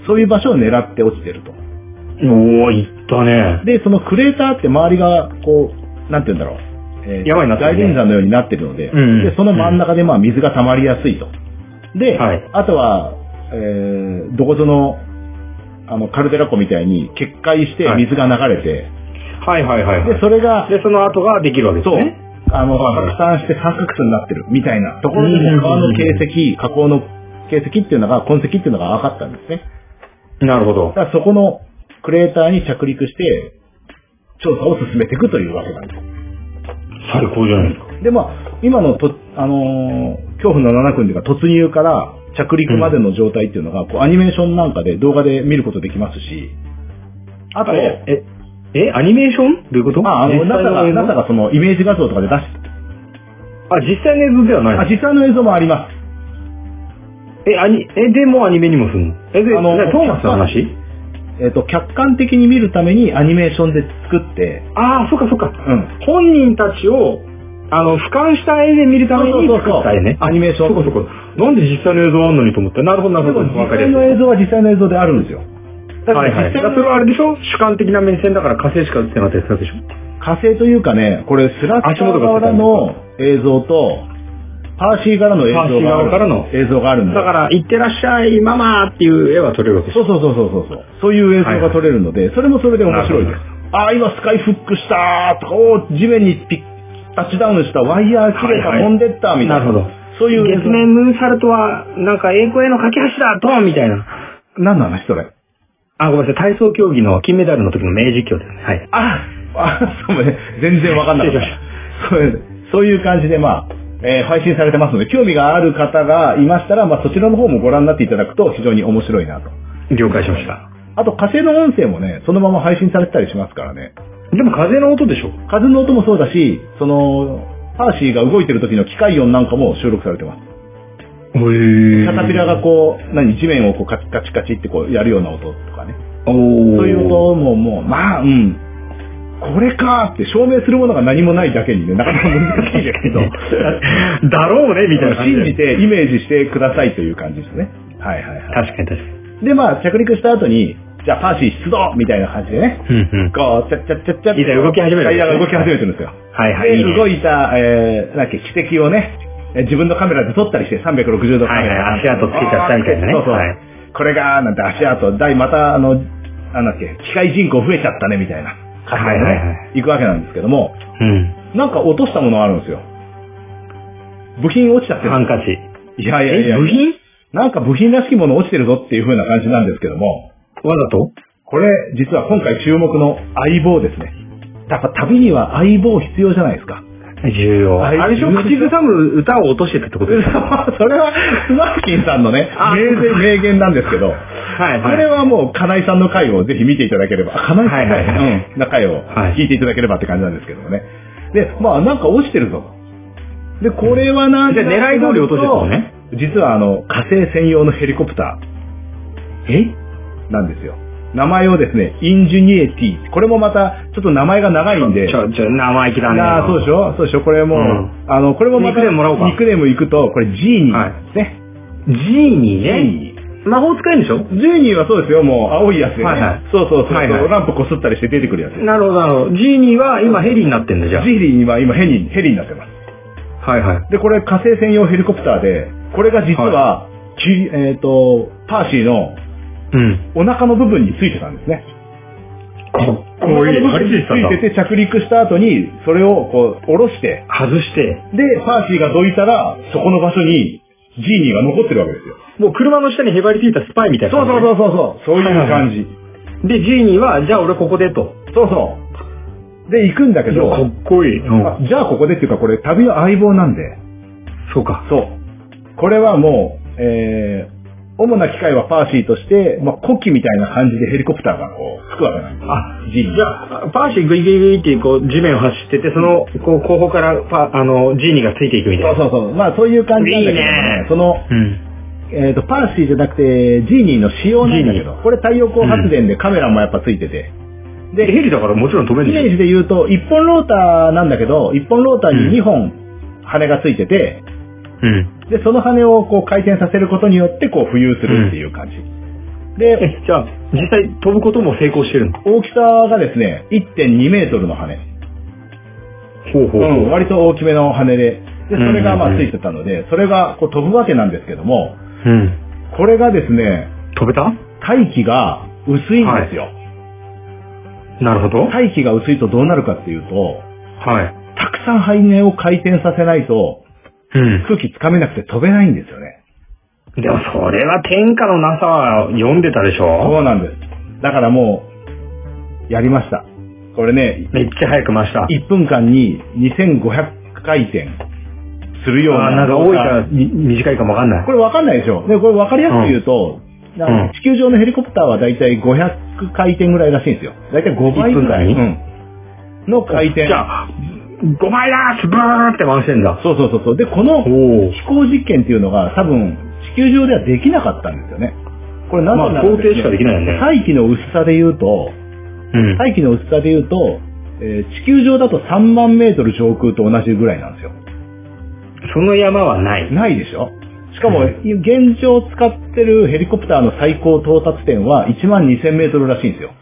S1: そういう場所を狙って落ちてると。
S3: おー、いったね。
S1: で、そのクレーターって周りが、こう、なんて言うんだろう。え
S3: 山になってるね
S1: 大連山のようになってるので、
S3: うん
S1: で、その真ん中でまあ水が溜まりやすいと。で、
S3: はい
S1: あとは、えー、どこぞの、あの、カルデラ湖みたいに決壊して
S3: はい
S1: 水が流れて、
S3: はいはいはい、はい。
S1: で、それが、
S3: で、その後ができるわけです
S1: そう
S3: ね。、
S1: あの、
S3: はいは
S1: 拡
S3: い
S1: 散して三角形になってるみたいなところで
S3: うんうんうんう
S1: も
S3: ん
S1: 川の形跡、河口の形跡っていうのが、痕跡っていうのが分かったんですね。
S3: なるほど。
S1: だからそこのクレーターに着陸して、調査を進めていくというわけなんです。
S3: 最高じゃないですか。
S1: で、まあ、今のと、あのー恐怖の7分というか突入から着陸までの状態っていうのが、こうアニメーションなんかで動画で見ることできますし、あと、
S3: え、え、え、アニメーションどういうこと
S1: まあ、あの、
S3: 実際
S1: NASA が、
S3: 映像
S1: NASA がそのイメージ画像とかで出し、
S3: あ、実際の映像では
S1: あ、
S3: ない。
S1: 実際の映像もあります。
S3: え、アニ、え、でもアニメにもするのえ、で、
S1: あの
S3: なトーマスの話
S1: えっ、と、客観的に見るためにアニメーションで作って、
S3: ああ、そっかそっか。
S1: うん。
S3: 本人たちを、あの、俯瞰した絵で見るために作った絵ね。
S1: アニメーション。
S3: そうかそうか。なんで実際の映像あんのにと思って。なるほどな
S1: で
S3: るほ
S1: も
S3: ど。わ
S1: 実
S3: か
S1: 際
S3: りや
S1: の
S3: すい。
S1: 映像は実際の映像であるんですよ。だか
S3: はいは
S1: ら
S3: い。
S1: 実
S3: だ
S1: 際
S3: からそれ
S1: の
S3: はあれでしょ主観的な目線だから火星しか映ってなかったやつだでしょ
S1: 火星というかね、これスラッシュ側の映像と、パーシーからの映像がある。
S3: パーシー側からの
S1: 映像があるんだ
S3: だから、いってらっしゃい、ママーっていう絵は撮れるわけです。
S1: そうそうそうそうそうそう。そういう映像が撮れるので、それもそれで面白いです
S3: なる。
S1: ああ、今スカイフックしたとか、おー地面にピッタッチダウンしたワイヤー切れた、
S3: はいはい
S1: 飛んでったみたいな。
S3: なるほど。
S1: そういう映
S3: 月面ムーンサルトは、なんか栄光への架け橋だ、ドンみたいな。
S1: 像。何の話それ。
S3: あ、ごめんなさい。体操競技の金メダルの時の名実況ですね。はい。
S1: あ、あ、そうね。全然わかんなかった
S3: 失礼し
S1: そ
S3: ま。
S1: うそういう感じで、まあ、えー配信されてますので、興味がある方がいましたら、まあ、そちらの方もご覧になっていただくと非常に面白いなと。
S3: 了解しました。
S1: あと、火星の音声もね、そのまま配信されてたりしますからね。
S3: でも風の音でしょ
S1: 風の音もそうだし、その、パーシーが動いてる時の機械音なんかも収録されてます。
S3: へぇ
S1: キャタピラがこう、何、地面をこうカチカチカチってこうやるような音とかね。
S3: お
S1: そういう 音ももう、まあ、うん。これかーって証明するものが何もないだけにね、なかなか難しいですけ ど。
S3: だろうね、みたいな感じ
S1: 信
S3: で
S1: じてイメージしてくださいという感じですね。はいはいは
S3: 確かに確かに。
S1: い。で、まあ、着陸した後に、じゃあパーシー出動みたいな感じでね。
S3: うんうん。
S1: こう、チャッチャッチャッチャッ
S3: いざ動き始める
S1: タイヤが動き始めてるんですよ。
S3: はいはい。
S1: で、
S3: いいね
S1: 動いた、えー、なんだっけ、奇跡をね、えー自分のカメラで撮ったりして、360度カメラ。
S3: はいはい足跡つけちゃったみたいなね
S1: そうそう。
S3: はい
S1: これが、なんて足跡、第また、あの、なんだっけ、機械人口増えちゃったね、みたいな。
S3: はいはいはい
S1: 行くわけなんですけども、
S3: うん。
S1: なんか落としたものがあるんですよ。部品落ちちゃって
S3: ハン
S1: る。
S3: カチ。
S1: いやいやい
S3: え、
S1: や。
S3: 部品
S1: なんか部品らしきもの落ちてるぞっていう風な感じなんですけども、
S3: わざと
S1: これ、実は今回注目の相棒ですね。やっぱ旅には相棒必要じゃないですか。
S3: 重要。
S1: あれ
S3: あれでしょ
S1: 重要
S3: 口ずさむ歌を落としてたってことですか
S1: それは、スマーキンさんのね、
S3: あ
S1: 名言名言なんですけど、
S3: はい
S1: これはもう、金井さんの回をぜひ見ていただければ、金井さんの
S3: はいはいは
S1: うんの回を
S3: はい
S1: 聞いていただければって感じなんですけどもね。で、まあ、なんか落ちてるぞと。で、これはなん
S3: じゃあ狙い通り落としてたのね。
S1: 実は、あの、火星専用のヘリコプタ
S3: え
S1: ーなんですよ。名前をですね、インジュニエティ。これもまた、ちょっと名前が長いんで、
S3: ちょ、ちょ、生意気だね。
S1: ああ、そうでし
S3: ょ。
S1: ょそうでしょこれもう、
S3: うん
S1: あの、これもまた、
S3: ニックネームもらおうか
S1: ニックネームいくと、これジーニーなんですね。
S3: ジーニー
S1: ジーニ
S3: ね。魔法使いでしょ
S1: ジーニーはそうですよ、もう、青いやつでね。
S3: はいはい
S1: そうそうそうそう、
S3: はいはい
S1: ランプこすったりして出てくるやつです。
S3: なるほど、なるほど。ジーニーは今ヘリになってんだ、じゃ
S1: ジーニーは今ヘリ、ヘリになってます。
S3: あ。はいはい。
S1: で、これ火星専用ヘリコプターで、これが実は、きえっ、と、パーシーの
S3: うん。
S1: お腹の部分についてたんですね。
S3: かっ
S1: お腹の部分についてて着陸した後に、それをこう、下ろして、
S3: 外して、
S1: で、パーシーがどいたら、そこの場所に、ジーニーが残ってるわけですよ。
S3: もう車の下にへばりついたスパイみたいな
S1: そう
S3: 感じ
S1: そうそうそう、そういう感じ。
S3: で、ジーニーは、じゃあ俺ここでと。
S1: そうそう。で、行くんだけど、
S3: っこいい。うん。
S1: じゃあここでっていうか、これ旅の相棒なんで、
S3: そうか。
S1: そう。これはもう、えー、主な機械はパーシーとして、まあ、古希みたいな感じでヘリコプターがこう、つくわけなんで
S3: あ、
S1: す。ジーニ
S3: じゃあ、パーシーグイグイグイっていう、こう、地面を走ってて、その、こう、後方から、パ、あの、ジーニーがついていくみたい
S1: ー。
S3: な。
S1: そうそうそう。まあそういう感じなんだけど、
S3: いいね
S1: その、
S3: うん。
S1: えっ、と、パーシーじゃなくて、ジーニーの仕様なんだけど、これ太陽光発電でカメラもやっぱついてて、
S3: で、ヘリだからもちろん飛べ
S1: イ
S3: るん
S1: メ
S3: で
S1: ージで言うと、1本ローターなんだけど、1本ローターに2本羽がついてて、
S3: すよ。うん。
S1: で、その羽をこう回転させることによって、こう浮遊するっていう感じ。で、
S3: え、じゃあ、実際飛ぶことも成功してるの
S1: 大きさがですね、1.2メートルの羽。
S3: ほうほ
S1: うん、割と大きめの羽で、で、それがま
S3: うん
S1: あ
S3: うん
S1: つ
S3: うん
S1: いてたので、それがこう飛ぶわけなんですけども、
S3: うん。
S1: これがですね、
S3: 飛べた
S1: 大気が薄いんですよ。
S3: なるほど。
S1: 大気が薄いとどうなるかっていうと、
S3: はい。
S1: たくさん背面を回転させないと、
S3: うん。
S1: 空気つかめなくて飛べないんですよね。
S3: でもそれは天下の NASA は読んでたでし
S1: そ
S3: ょ
S1: うなんです。だからもう、やりました。これね、
S3: めっちゃ早く回した。
S1: 1分間に2500回転するよう
S3: あ
S1: な。
S3: ーなんか多いからみ短いかもわかんない
S1: こ。れわかんないでしょ。で、これわかりやすく言うと、なんか地球上のヘリコプターはだいたい500回転ぐらいらしいんですよ。だいたい5倍ぐらい
S3: 一分間に
S1: うんの回転
S3: じ。ゃあ、5枚だースブーンって回してんだ。
S1: そうそうそうそう。で、この
S3: お
S1: 飛
S3: お。
S1: 行実験っていうのが多分地球上ではできなかったんですよね。これなぜならですね
S3: まあ想定しかできないよね
S1: 大気の薄さで言うと、
S3: うん。
S1: 大気の薄さで言うと、えー地球上だと3万メートル上空と同じぐらいなんですよ。
S3: その山はない。
S1: ないでしょしかも、
S3: う
S1: 現状使ってるヘリコプターの最高到達点は1万2000メートルらしいんですよ。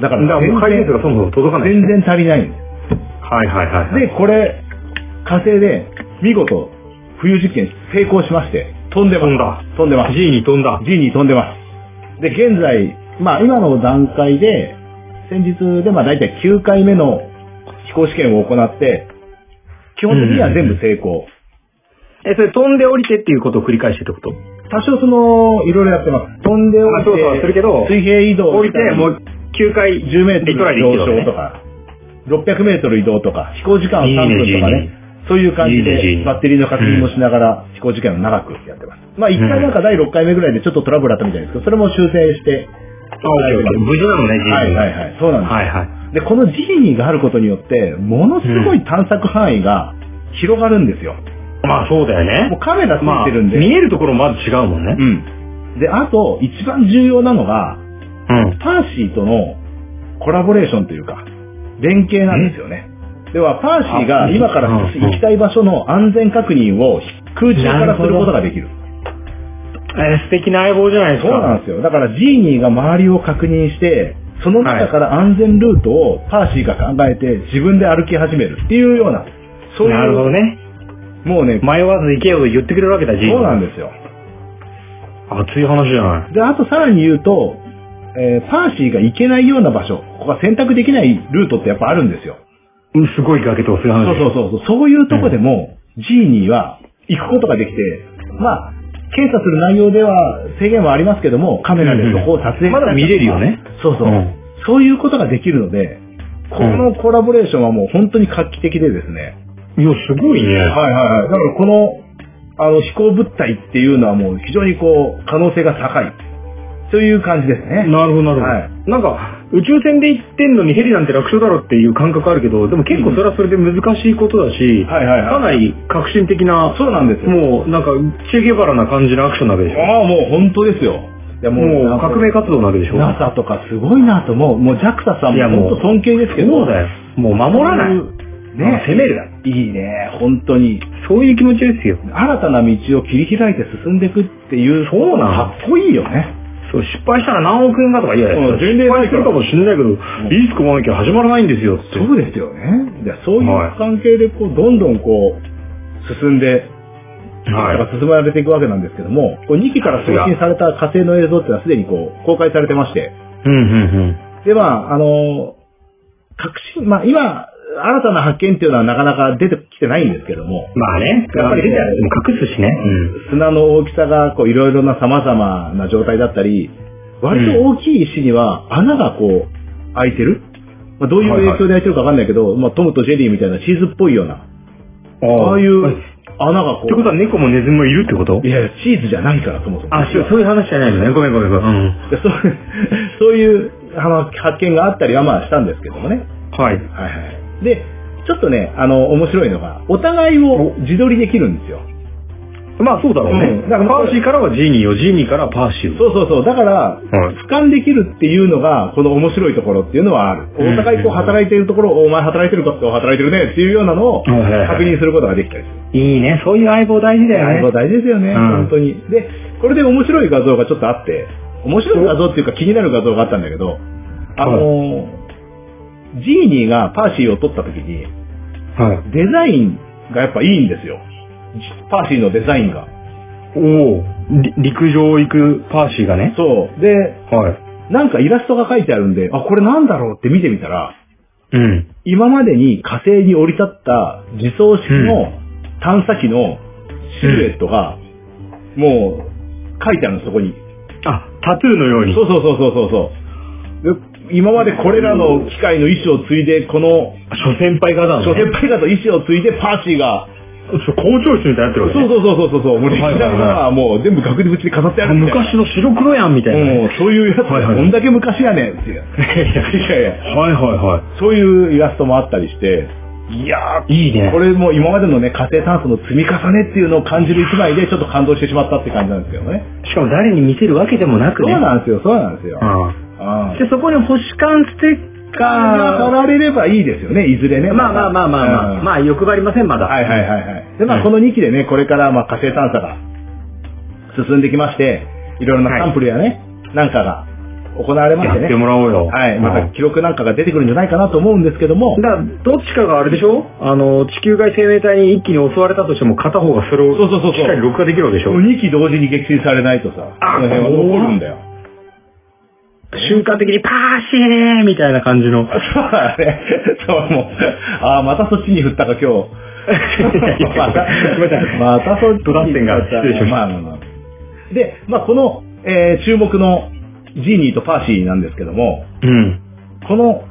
S1: だか
S3: だから
S1: ら
S3: もう回
S1: 全
S3: 転
S1: 然、
S3: 数がそもそも届かない。
S1: 全然足りないんで
S3: はいはいはい
S1: す。
S3: はい。
S1: で、これ、火星で、見事、冬実験成功しまして、飛んでます。
S3: 飛んだ。
S1: 飛んでます。
S3: G に飛んだ。
S1: G に飛んでます。で、現在、まあ今の段階で、先日でまあ大体9回目の飛行試験を行って、基本的には全部成功。
S3: え、それ飛んで降りてっていうことを繰り返してってこと
S1: 多少その、いろいろやってます。飛んで降
S3: まあ
S1: り
S3: そうそうする
S1: て、
S3: けど
S1: 水平移動
S3: 降りて、も
S1: う
S3: う9回
S1: 10メート
S3: リトライ
S1: ル
S3: できるわけ
S1: 上
S3: ね
S1: 昇とか、600メートル移動とか、飛行時間を3分とか
S3: いいねいい
S1: ね
S3: ね、
S1: そういう感じ
S3: いいねいい
S1: で
S3: ね
S1: バッテリーの確認もしながら飛行時間を長くやってます。まあ一回なんか第6回目ぐらいでちょっとトラブルあったみたいですけど、それも修正して、
S3: あ、OK OK 無事なのね、G に。
S1: はいはいはい、そうなんです。
S3: はいはい。
S1: で、このジーニーがあることによって、ものすごい探索範囲が広がるんですよ。
S3: まあそうだよ
S1: もう
S3: ね。
S1: カメラつい
S3: まあ、
S1: てるんで。
S3: 見えるところまず違うもんね。
S1: うん。で、あと、一番重要なのが、
S3: うん。
S1: パーシーとのコラボレーションというか、連携なんですよね。では、パーシー
S3: あ
S1: が今から
S3: うん
S1: 行きたい場所の安全確認を空中からすることができる。
S3: えー素敵な相棒じゃないです
S1: そ
S3: か。
S1: うなんですよ。だから、ジーニーが周りを確認して、その中から安全ルートをパーシーが考えて自分で歩き始めるっていうような、そういう、
S3: なるほどね。
S1: もうね、
S3: 迷わず行けよと言ってくれるわけだ、G に。
S1: そうなんですよ。
S3: 熱い話じゃない。
S1: で、あとさらに言うと、えーパーシーが行けないような場所、ここが選択できないルートってやっぱあるんですよ。
S3: うん、すごい崖とかそういう話。
S1: そうそうそうそう。そういうとこでも、ジーニーは行くことができて、まあ、検査する内容では制限はありますけども、カメラでそこを撮影したりと
S3: ま
S1: か
S3: だ見れるよね。
S1: そうそう、
S3: うん
S1: そういうことができるので、このコラボレーションはもう本当に画期的でですね。
S3: いや、すごいね。
S1: はいはいはい。だからこの、あの、飛行物体っていうのはもう非常にこう、可能性が高い。という感じですね。
S3: なるほど、なるほど。
S1: はい
S3: なんか、宇宙船で行ってんのにヘリなんて楽勝だろっていう感覚あるけど、でも結構それはそれで難しいことだし、
S1: はいはいはい
S3: かなり革新的な、
S1: そうなんですよ。
S3: もうなんか、チェゲバラな感じのアクションなわけでしょ。
S1: ああ、もう本当ですよ。いや
S3: もう革命
S1: 家
S3: 活動なわけでしょ。
S1: NASA とかすごいなと思う。もう JAXA さん
S3: いやも
S1: も
S3: う
S1: 本当尊敬ですけど。
S3: そうだよ。もう守らない。
S1: ね
S3: 攻める。
S1: いいね、本当に。
S3: そういう気持ちですよ。
S1: 新たな道を切り開いて進んでいくっていう。
S3: そうなの
S1: かっこいいよね。
S3: そう、失敗したら何億円だとか言われ
S1: うん前例
S3: 失
S1: な
S3: 敗
S1: い
S3: す
S1: から
S3: るかもしれないけど、リスクもなきゃ始まらないんですよって。
S1: そうですよね。いやそうい
S3: はいう
S1: 関係で、こう、どんどんこう、進んで、
S3: はい
S1: だから進められていくわけなんですけども、こう2機から送信された火星の映像っていうのはすでにこう、公開されてまして、
S3: うんうん
S1: で、まあ、あの、革新、まあ、今、新たな発見っていうのはなかなか出てきてないんですけども、
S3: うん。まあね、
S1: やっぱり
S3: 出てあるでも隠すしね。うん。
S1: 砂の大きさが、こう、いろいろな様々な状態だったり、割と大きい石には穴がこう、開いてる。まあ、どういう影響で開いてるかわかんないけど、まあ、トムとジェリーみたいなチーズっぽいような、ああいう
S3: って
S1: 穴がこ
S3: ことは
S1: う、
S3: 猫もネズミもいるってこと
S1: いやいや、チーズじゃないから、そもそも。
S3: あ、そうそういう話じゃないのね。ごめんごめんごめん。うん。
S1: でそう そういうあの発見があったりはまあしたんですけどもね。
S3: は
S1: はい
S3: い。
S1: はい。で、ちょっとね、あの、面白いのが、お互いを自撮りできるんですよ。
S3: まあそうだろうね。
S1: うんだから
S3: パーシーからはジーニーよ、ジーニーからパーシー。
S1: そうそうそう。だから、
S3: はい
S1: 俯瞰できるっていうのが、この面白いところっていうのはある。
S3: うん
S1: お互いこう働いてるところを、お前働いてるかって働いてるねっていうようなのを
S3: はいはいはい
S1: 確認することができたりする。
S3: いいね、そういう相棒大事だ
S1: あれ
S3: よ
S1: は
S3: ね。
S1: 大事ですよね、
S3: うん
S1: 本当に。で、これで面白い画像がちょっとあって、面白い画像っていうか気になる画像があったんだけど、あのージーニーがパーシーを撮った時に、
S3: はい。
S1: デザインがやっぱいいんですよ。パーシーのデザインが。
S3: おお、り陸上行くパーシーがね。
S1: そう。で、
S3: はい。
S1: なんかイラストが書いてあるんで、あ、これなんだろうって見てみたら、
S3: うん。
S1: 今までに火星に降り立った自走式の探査機のシルエットが、もう書いてあるの、そこに。
S3: あ、タトゥーのように。
S1: そうそうそうそうそうそう。で今までこれらの機械の意思を継いで、この、
S3: 諸先輩方の、ね。
S1: 諸先輩方の意思を継いでパーシーが、
S3: そう校長室みたいになってる
S1: そ
S3: わ
S1: う
S3: け、
S1: そう
S3: ね。
S1: そうそうそうそう、もう歴
S3: はい
S1: 史
S3: はいはい
S1: だからもう全部額縁に飾ってあるみたいな。
S3: 昔の白黒やんみたいなね、
S1: もうそういうやつ、
S3: はいはい
S1: どんだけ昔やねんっ ていう。いやいや、
S3: はいはいは
S1: そういうイラストもあったりして、いやー、
S3: い。いいね。
S1: これもう今までのね、火星炭素の積み重ねっていうのを感じる一枚でちょっと感動してしまったって感じなんですけどね。
S3: しかも誰に見せるわけでもなく
S1: そう
S3: ね。
S1: なんですよ、そうなんですよ。
S3: うん
S1: ああ
S3: で、そこに星間ステッカ
S1: が貼
S3: ー。
S1: られればいいですよね、いずれね。
S3: まあまあまあまあまあ、まあ欲張りません、まだ。
S1: はいはいはいはい。で、ま
S3: う
S1: あ
S3: ん
S1: この2期でね、これからまあ火星探査が進んできまして、いろいろ
S3: は
S1: ないサンプルやね、なんかが行われまして
S3: やって
S1: ね。
S3: もらおうよ。
S1: はい。ま
S3: う
S1: た
S3: ん
S1: 記録なんかが出てくるんじゃないかなと思うんですけども
S3: だ、からどっちかがあれでしょあの、地球外生命体に一気に襲われたとしても、片方がそれを
S1: そうそうそうそう
S3: しっかり録画できるわけでしょ
S1: 2期同時に撃沈されないとさ、
S3: あ
S1: その辺は残るんだよ。
S3: 瞬間的にパーシーみ たいな感じ
S1: そ
S3: の。
S1: うだね。そう、もう、ああ、またそっちに振ったか、今日。また、またそっちに振った。
S3: ドラッセンが失礼しました
S1: まあまあまあで、まあこの、えー注目のジーニーとパーシーなんですけども、
S3: うん。
S1: この、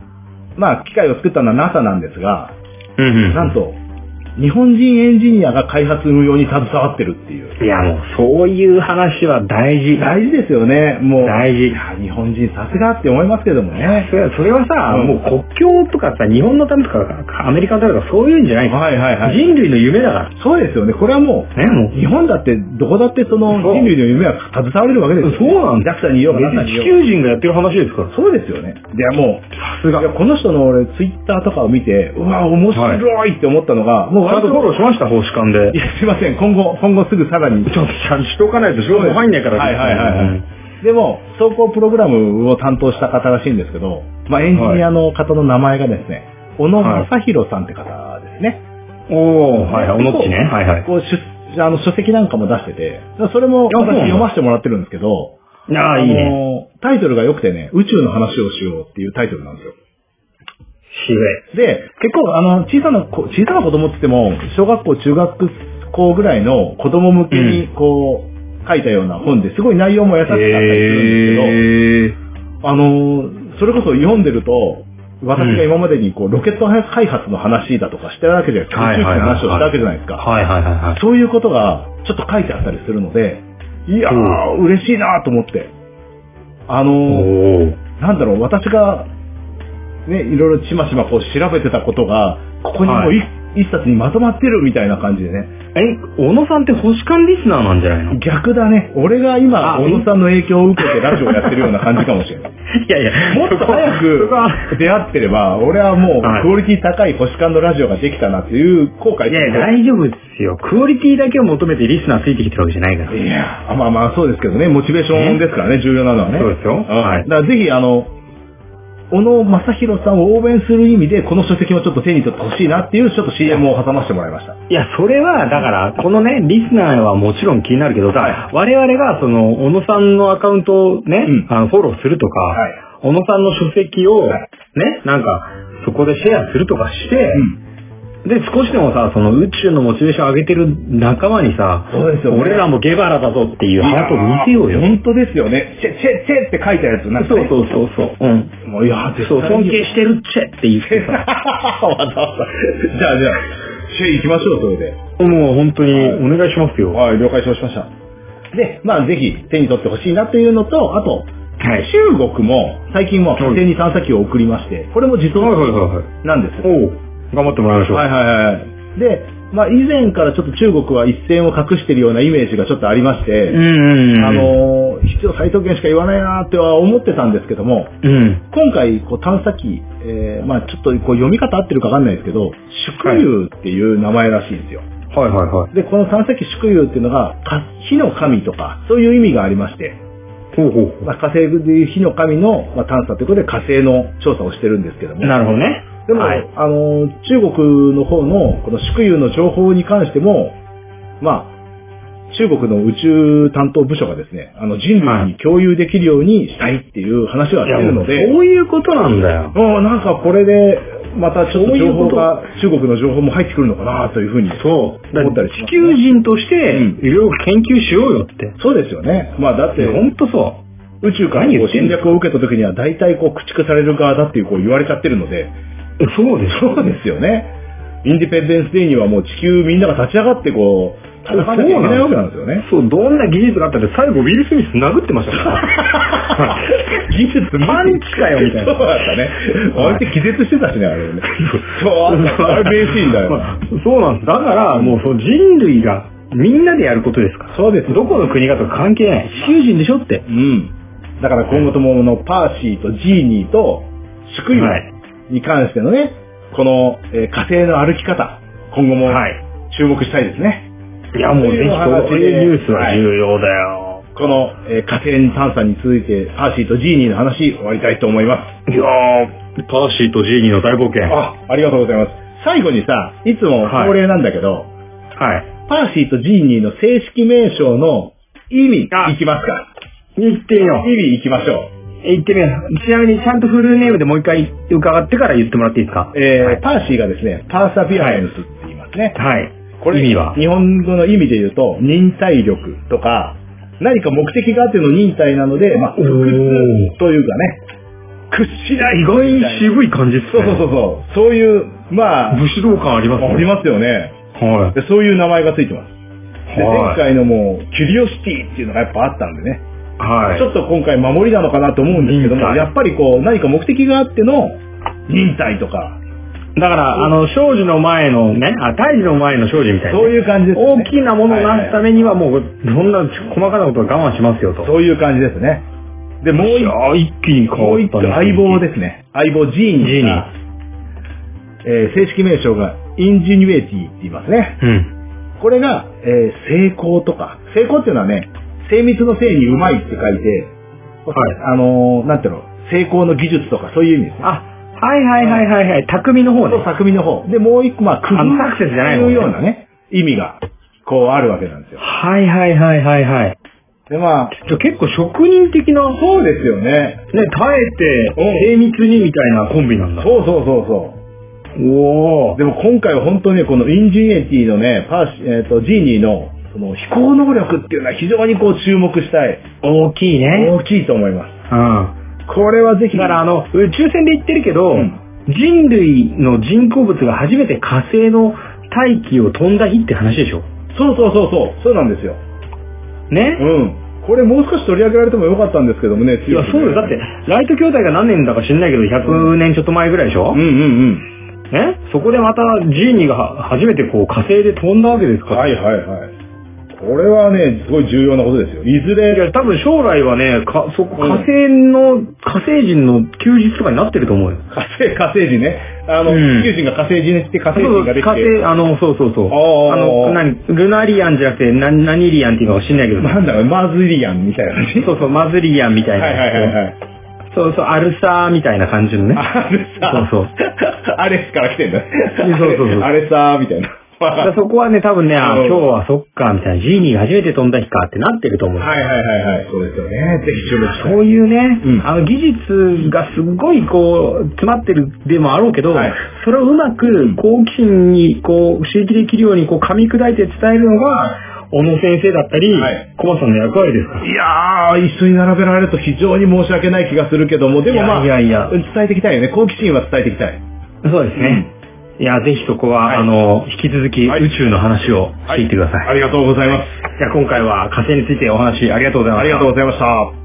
S1: まあ機械を作ったのは NASA なんですが、
S3: うんうん。
S1: なんと、日本人エンジニアが開発運用に携わってるっていう。
S3: いやもう、そういう話は大事。
S1: 大事ですよね、もう。
S3: 大事
S1: いや日本人さすがって思いますけどもね。
S3: それそれはさ、
S1: うん
S3: もう国境とかさ、日本のためとか、アメリカのためとか、そういうんじゃない、
S1: はいはいはい。
S3: 人類の夢だか
S1: そうですよね、これはもう、
S3: ら。ね、もう。
S1: 日本だって、どこだってその
S3: そう
S1: 人類の夢は携われるわけですよ。
S3: そうなんだ
S1: JAXA にいようが NASA にい
S3: 地
S1: よう
S3: 球人がやってる話ですから。
S1: が。そうですよね。いやもう、
S3: さすが。
S1: いやこの人の俺、ツイッターとかを見て、うわ、面白いって思ったのが、もう
S3: ちゃん
S1: 割
S3: とフォ
S1: と、
S3: ローしました、奉仕官で
S1: い。や、すいません、今後、今後すぐさらに。
S3: ちょっとちゃんとしておかないと情報入んないから。
S1: はいはいはいは
S3: う
S1: い
S3: ん。
S1: でも、走行プログラムを担当した方らしいんですけど、まあ、エンジニアの方の名前がですね、小野正弘さんって方ですね。
S3: おー、はいはい、おのっちね。はいはい。
S1: こう、出あの、書籍なんかも出してて、それも
S3: あそう
S1: 私
S3: なんだ
S1: 読ませてもらってるんですけど、
S3: ああ、いいね。
S1: のータイトルが良くてね、宇宙の話をしようっていうタイトルなんですよ。
S3: 渋い。
S1: で、結構あの、小さな子、小さな子供って言っても、小学校、中学校ぐらいの子供向けにこう、書いたような本ですごい内容も優しかったりするんです
S3: へえ。
S1: けど、あのーそれこそ読んでると、私が今までにこう、ロケット開発の話だとかしてるわけじゃないですか。
S3: は
S1: 宇
S3: い
S1: 宙機の
S3: はいはいはい
S1: 話をしたわけじゃないですか。
S3: はいはいはいはい。
S1: そういうことがちょっと書いてあったりするので、いやー、嬉しいなーと思って。あの
S3: お
S1: ー
S3: ー。
S1: なんだろう、私が、ね、いろいろちまちまこう調べてたことが、ここにもう
S3: はい
S1: 一、一冊にまとまってるみたいな感じでね。
S3: え、小野さんって星間リスナーなんじゃないのい
S1: 逆だね。俺が今、
S3: あ
S1: 小野さんの影響を受けてラジオやってるような感じかもしれ ない。
S3: やいや、
S1: もっと早
S3: そこは
S1: く出会ってれば、俺はもう
S3: はい
S1: クオリティ高い星間のラジオができたなっていう後悔
S3: いやいや、大丈夫ですよ。クオリティだけを求めてリスナーついてきてるわけじゃないから。
S1: いやあまあまあそうですけどね、モチベーションですからね、重要なのはね。
S3: そうですよ
S1: ん
S3: はい
S1: だからぜひ、あの、小野正弘さんを応援する意味で、この書籍をちょっと手に取ってほしいなっていう、ちょっと CM を挟ませてもらいました。
S3: いや、それは、だから、このね、リスナーはもちろん気になるけどさ、
S1: は
S3: 我々が、その、小野さんのアカウントをね、
S1: うん
S3: あのフォローするとか、
S1: はい
S3: 小野さんの書籍を、
S1: はい
S3: ね、なんか、そこでシェアするとかして、で、少しでもさ、その宇宙のモチベーションを上げてる仲間にさ、
S1: そうですよね
S3: 俺らもゲバラだぞっていうハートを見せようよ。
S1: 本当ですよね。チェ、チェ、チェって書いたやつ、なんか、
S3: そう
S1: ね。
S3: そうそうそう。うん。
S1: う。もういや、絶
S3: そう、
S1: 対
S3: 尊
S1: に
S3: 敬してるっちゃって言ってさ。
S1: わざわざ。じゃあじゃあ、シェイ行きましょう、それで。
S3: もう本当にお願いしますよ。
S1: はい、了解しました。で、まあぜひ手に取ってほしいなというのと、あと、
S3: はい。
S1: 中国も最近も火星に探査機を送りまして、これも自動
S3: はいはいはいはい。
S1: なんです。
S3: おう頑張ってもらいましょう。
S1: はいはいはい。で、まあ、以前からちょっと中国は一線を隠してるようなイメージがちょっとありまし
S3: うん
S1: て、
S3: うんうん。
S1: あ、のー必要最低限しか言わないなーっては思ってたんですけども、
S3: うん。
S1: 今回、こう、探査機、えー、まあちょっとこう読み方合ってるかわかんないですけど、祝友っていう名前らしいんですよ。
S3: はいはいはい。
S1: で、この探査機祝友っていうのが、か火の神とか、そういう意味がありまして、
S3: ほうほうほ
S1: まあ、火星でいう火の神の、まあ、探査ということで火星の調査をしてるんですけども。
S3: う。なるほどね。
S1: でも、
S3: はい。
S1: あの、中国の方の、この祝友の情報に関しても、まあ、中国の宇宙担当部署がですね、あの、人類に共有できるようにしたいっていう話はしてるの
S3: そ
S1: で、
S3: ういうことなんだよ。
S1: もうなんかこれで、またちょっと
S3: そうい
S1: 情
S3: うこ
S1: 報
S3: と
S1: が、中国の情報も入ってくるのかなというふうに。
S3: そう。だ
S1: 思った
S3: から
S1: りし
S3: 地
S1: ますね
S3: 球人として、
S1: う
S3: いろいろ研究しようよって。
S1: そうですよね。まあだって、
S3: ほんとそう。
S1: 宇宙から
S3: 何
S1: こ
S3: 言
S1: う
S3: ってん
S1: 侵
S3: の
S1: 略を受けた時には大体こう駆逐される側だっていうこう言われちゃってるので、
S3: そうです
S1: そうですよね。インディペンデンスデーにはもう地球みんなが立ち上がってこう、戦わなきゃいけないわけなんですよね。
S3: そう、どんな技術があったって最後ウィル・スミス殴ってましたから。
S1: 技術
S3: パンチかよみたいな
S1: そうだったね。
S3: はい
S1: あれって気絶してたしね、あれね。そう、あれ名シーンだよ。
S3: まあそうなんです。だから、もうその人類がみんなでやることですから。
S1: そうです。
S3: どこの国かとか関係ない。地球人でしょって。
S1: うん。だから今後ともあのパーシーとジーニーとシュクイ
S3: はい
S1: に関してのね、この、えー火星の歩き方、今後も
S3: はい。
S1: 注目したいですね。
S3: いや、もうぜひこういうニュースは
S1: はい
S3: 重要だよ。
S1: この、えー火星探査に続いてパーシーとジーニーの話終わりたいと思います。
S3: いやー、パーシーとジーニーの大冒険。は
S1: あ、ありがとうございます。最後にさ、いつも恒例なんだけど、
S3: い。
S1: パーシーとジーニーの正式名称の意味
S3: あ
S1: いきますか
S3: 行ってみよう。
S1: 意味いきましょ
S3: 行ってみよう。ちなみにちゃんとフルネームでもう一回伺ってから言ってもらっていいですか
S1: う。えー
S3: はい
S1: パーシーがですね、パーサビアレンスって言いますね。
S3: はい。
S1: これ
S3: 意味は
S1: 日本語の意味で言うと、忍耐力とか、何か目的があっての忍耐なので、まあ、
S3: お
S1: 不
S3: ー
S1: 屈というかね、屈しない
S3: 意外に渋い感じっすね。
S1: そうそうそうそう、そういう、まあ、
S3: 武士道感ありますね。
S1: ありますよね。
S3: は
S1: でそういう名前がついてます。
S3: い。
S1: で、前
S3: はい。
S1: 回のもう、キュリオシティっていうのがやっぱあったんでね、
S3: はい
S1: ちょっと今回守りなのかなと思うんですけど
S3: 忍
S1: も、
S3: 耐
S1: やっぱりこう、何か目的があっての忍耐とか、
S3: だから、あの、少女の前のね、あ、胎児の前の少女みたいな。
S1: そういう感じですね。
S3: 大きなものをなすた
S1: はいはい
S3: めにはもう、そんな細かなことは我慢しますよと。
S1: そういう感じですね。で、もう
S3: い
S1: 一
S3: やー一気に変
S1: も
S3: わ
S1: う
S3: っ
S1: 一
S3: た
S1: 個
S3: ね。
S1: 相棒ですね。相棒ジーニーが、えー正式名称がインジニュエティって言いますね。
S3: うん。
S1: これが、えー成功とか、成功っていうのはね、精密のせいにうまいって書いて、
S3: はい
S1: あのーなんていうの、成功の技術とかそういう意味ですね。
S3: あ、はいはいはいはいはい。匠の方ね
S1: そう、。匠の方。で、もう一個、まあ、工夫
S3: あのサクセスじゃない方
S1: と
S3: ね
S1: いうようなね、意味が、こうあるわけなんですよ。
S3: はいはいはいはいはい。
S1: で、まあ、
S3: じゃあ結構職人的な、ね、
S1: そうですよね。
S3: 耐えて、
S1: うん
S3: 精密にみたいなコンビなんだ。
S1: そうそうそうそう。
S3: おー。
S1: でも今回は本当にこのインジニエティのね、パーシ、えっ、と、ジーニーの、その飛行能力っていうのは非常にこう注目したい。
S3: 大きいね。
S1: 大きいと思います。
S3: うん。
S1: これはぜひ。
S3: だからあの、宇宙船で言ってるけど、
S1: ん
S3: 人類の人工物が初めて火星の大気を飛んだ日って話でしょ
S1: そうそうそうそう、そうなんですよ。
S3: ね、
S1: うん。これもう少し取り上げられてもよかったんですけどもね、
S3: いや、そうです。だって、ライト兄弟が何年だか知んないけど、100年ちょっと前ぐらいでしょ、
S1: うんうん
S3: ねそこでまたジーニーが初めてこう火星で飛んだわけです
S1: うん。
S3: から。。
S1: はいいはいはい。これはね、すごい重要なことですよ。いずれ、
S3: や、多分将来はね、か、そこ
S1: うん
S3: 火星の、火星人の休日とかになってると思うよ。
S1: 火星、火星人ね。あの、
S3: うん
S1: 地球人が火星人にして火
S3: そ
S1: 星
S3: うそう
S1: 人ができ
S3: 火
S1: て。
S3: 星、あの、そうそうそう。
S1: ああ
S3: あの、何、ルナリアンじゃなくて、な何リアンっていうのか知んな いけど。
S1: なんだろう、マーズリアンみたいな感じ。
S3: そうそう、マズリアンみた
S1: はいい
S3: な。
S1: はいはいはい。
S3: そうそう、アルサーみたいな感じのね。
S1: あれさ、
S3: そうそう
S1: アレスから来てんだね。
S3: そうそうそう
S1: あれさ、みたいな。
S3: だか
S1: は
S3: らそこはね、多分ね、あ
S1: うん
S3: 今日はそっか、みたいな、ジーニーが初めて飛んだ日かってなってると思う。
S1: いはいはいはい。そうですよね。ぜひ注目したい。
S3: そういうね、
S1: うん
S3: あの技術がすごいこう、詰まってるでもあろうけど、
S1: はい
S3: それをうまく好奇心にこう、刺激できるようにこう、噛み砕いて伝えるのが、小野先生だったり、
S1: はい
S3: コマさんの役割ですから。
S1: いやー、一緒に並べられると非常に申し訳ない気がするけども、でもまあ、
S3: いやいやいや
S1: 伝えていきたいよね。好奇心は伝えていきたい。
S3: そうですね。いや、ぜひそこは、
S1: はい
S3: あの、引き続き
S1: はい
S3: 宇宙の話をしていってください。
S1: ありがとうございます。
S3: じゃあ今回は火星についてお話ありがとうございました。
S1: ありがとうございました。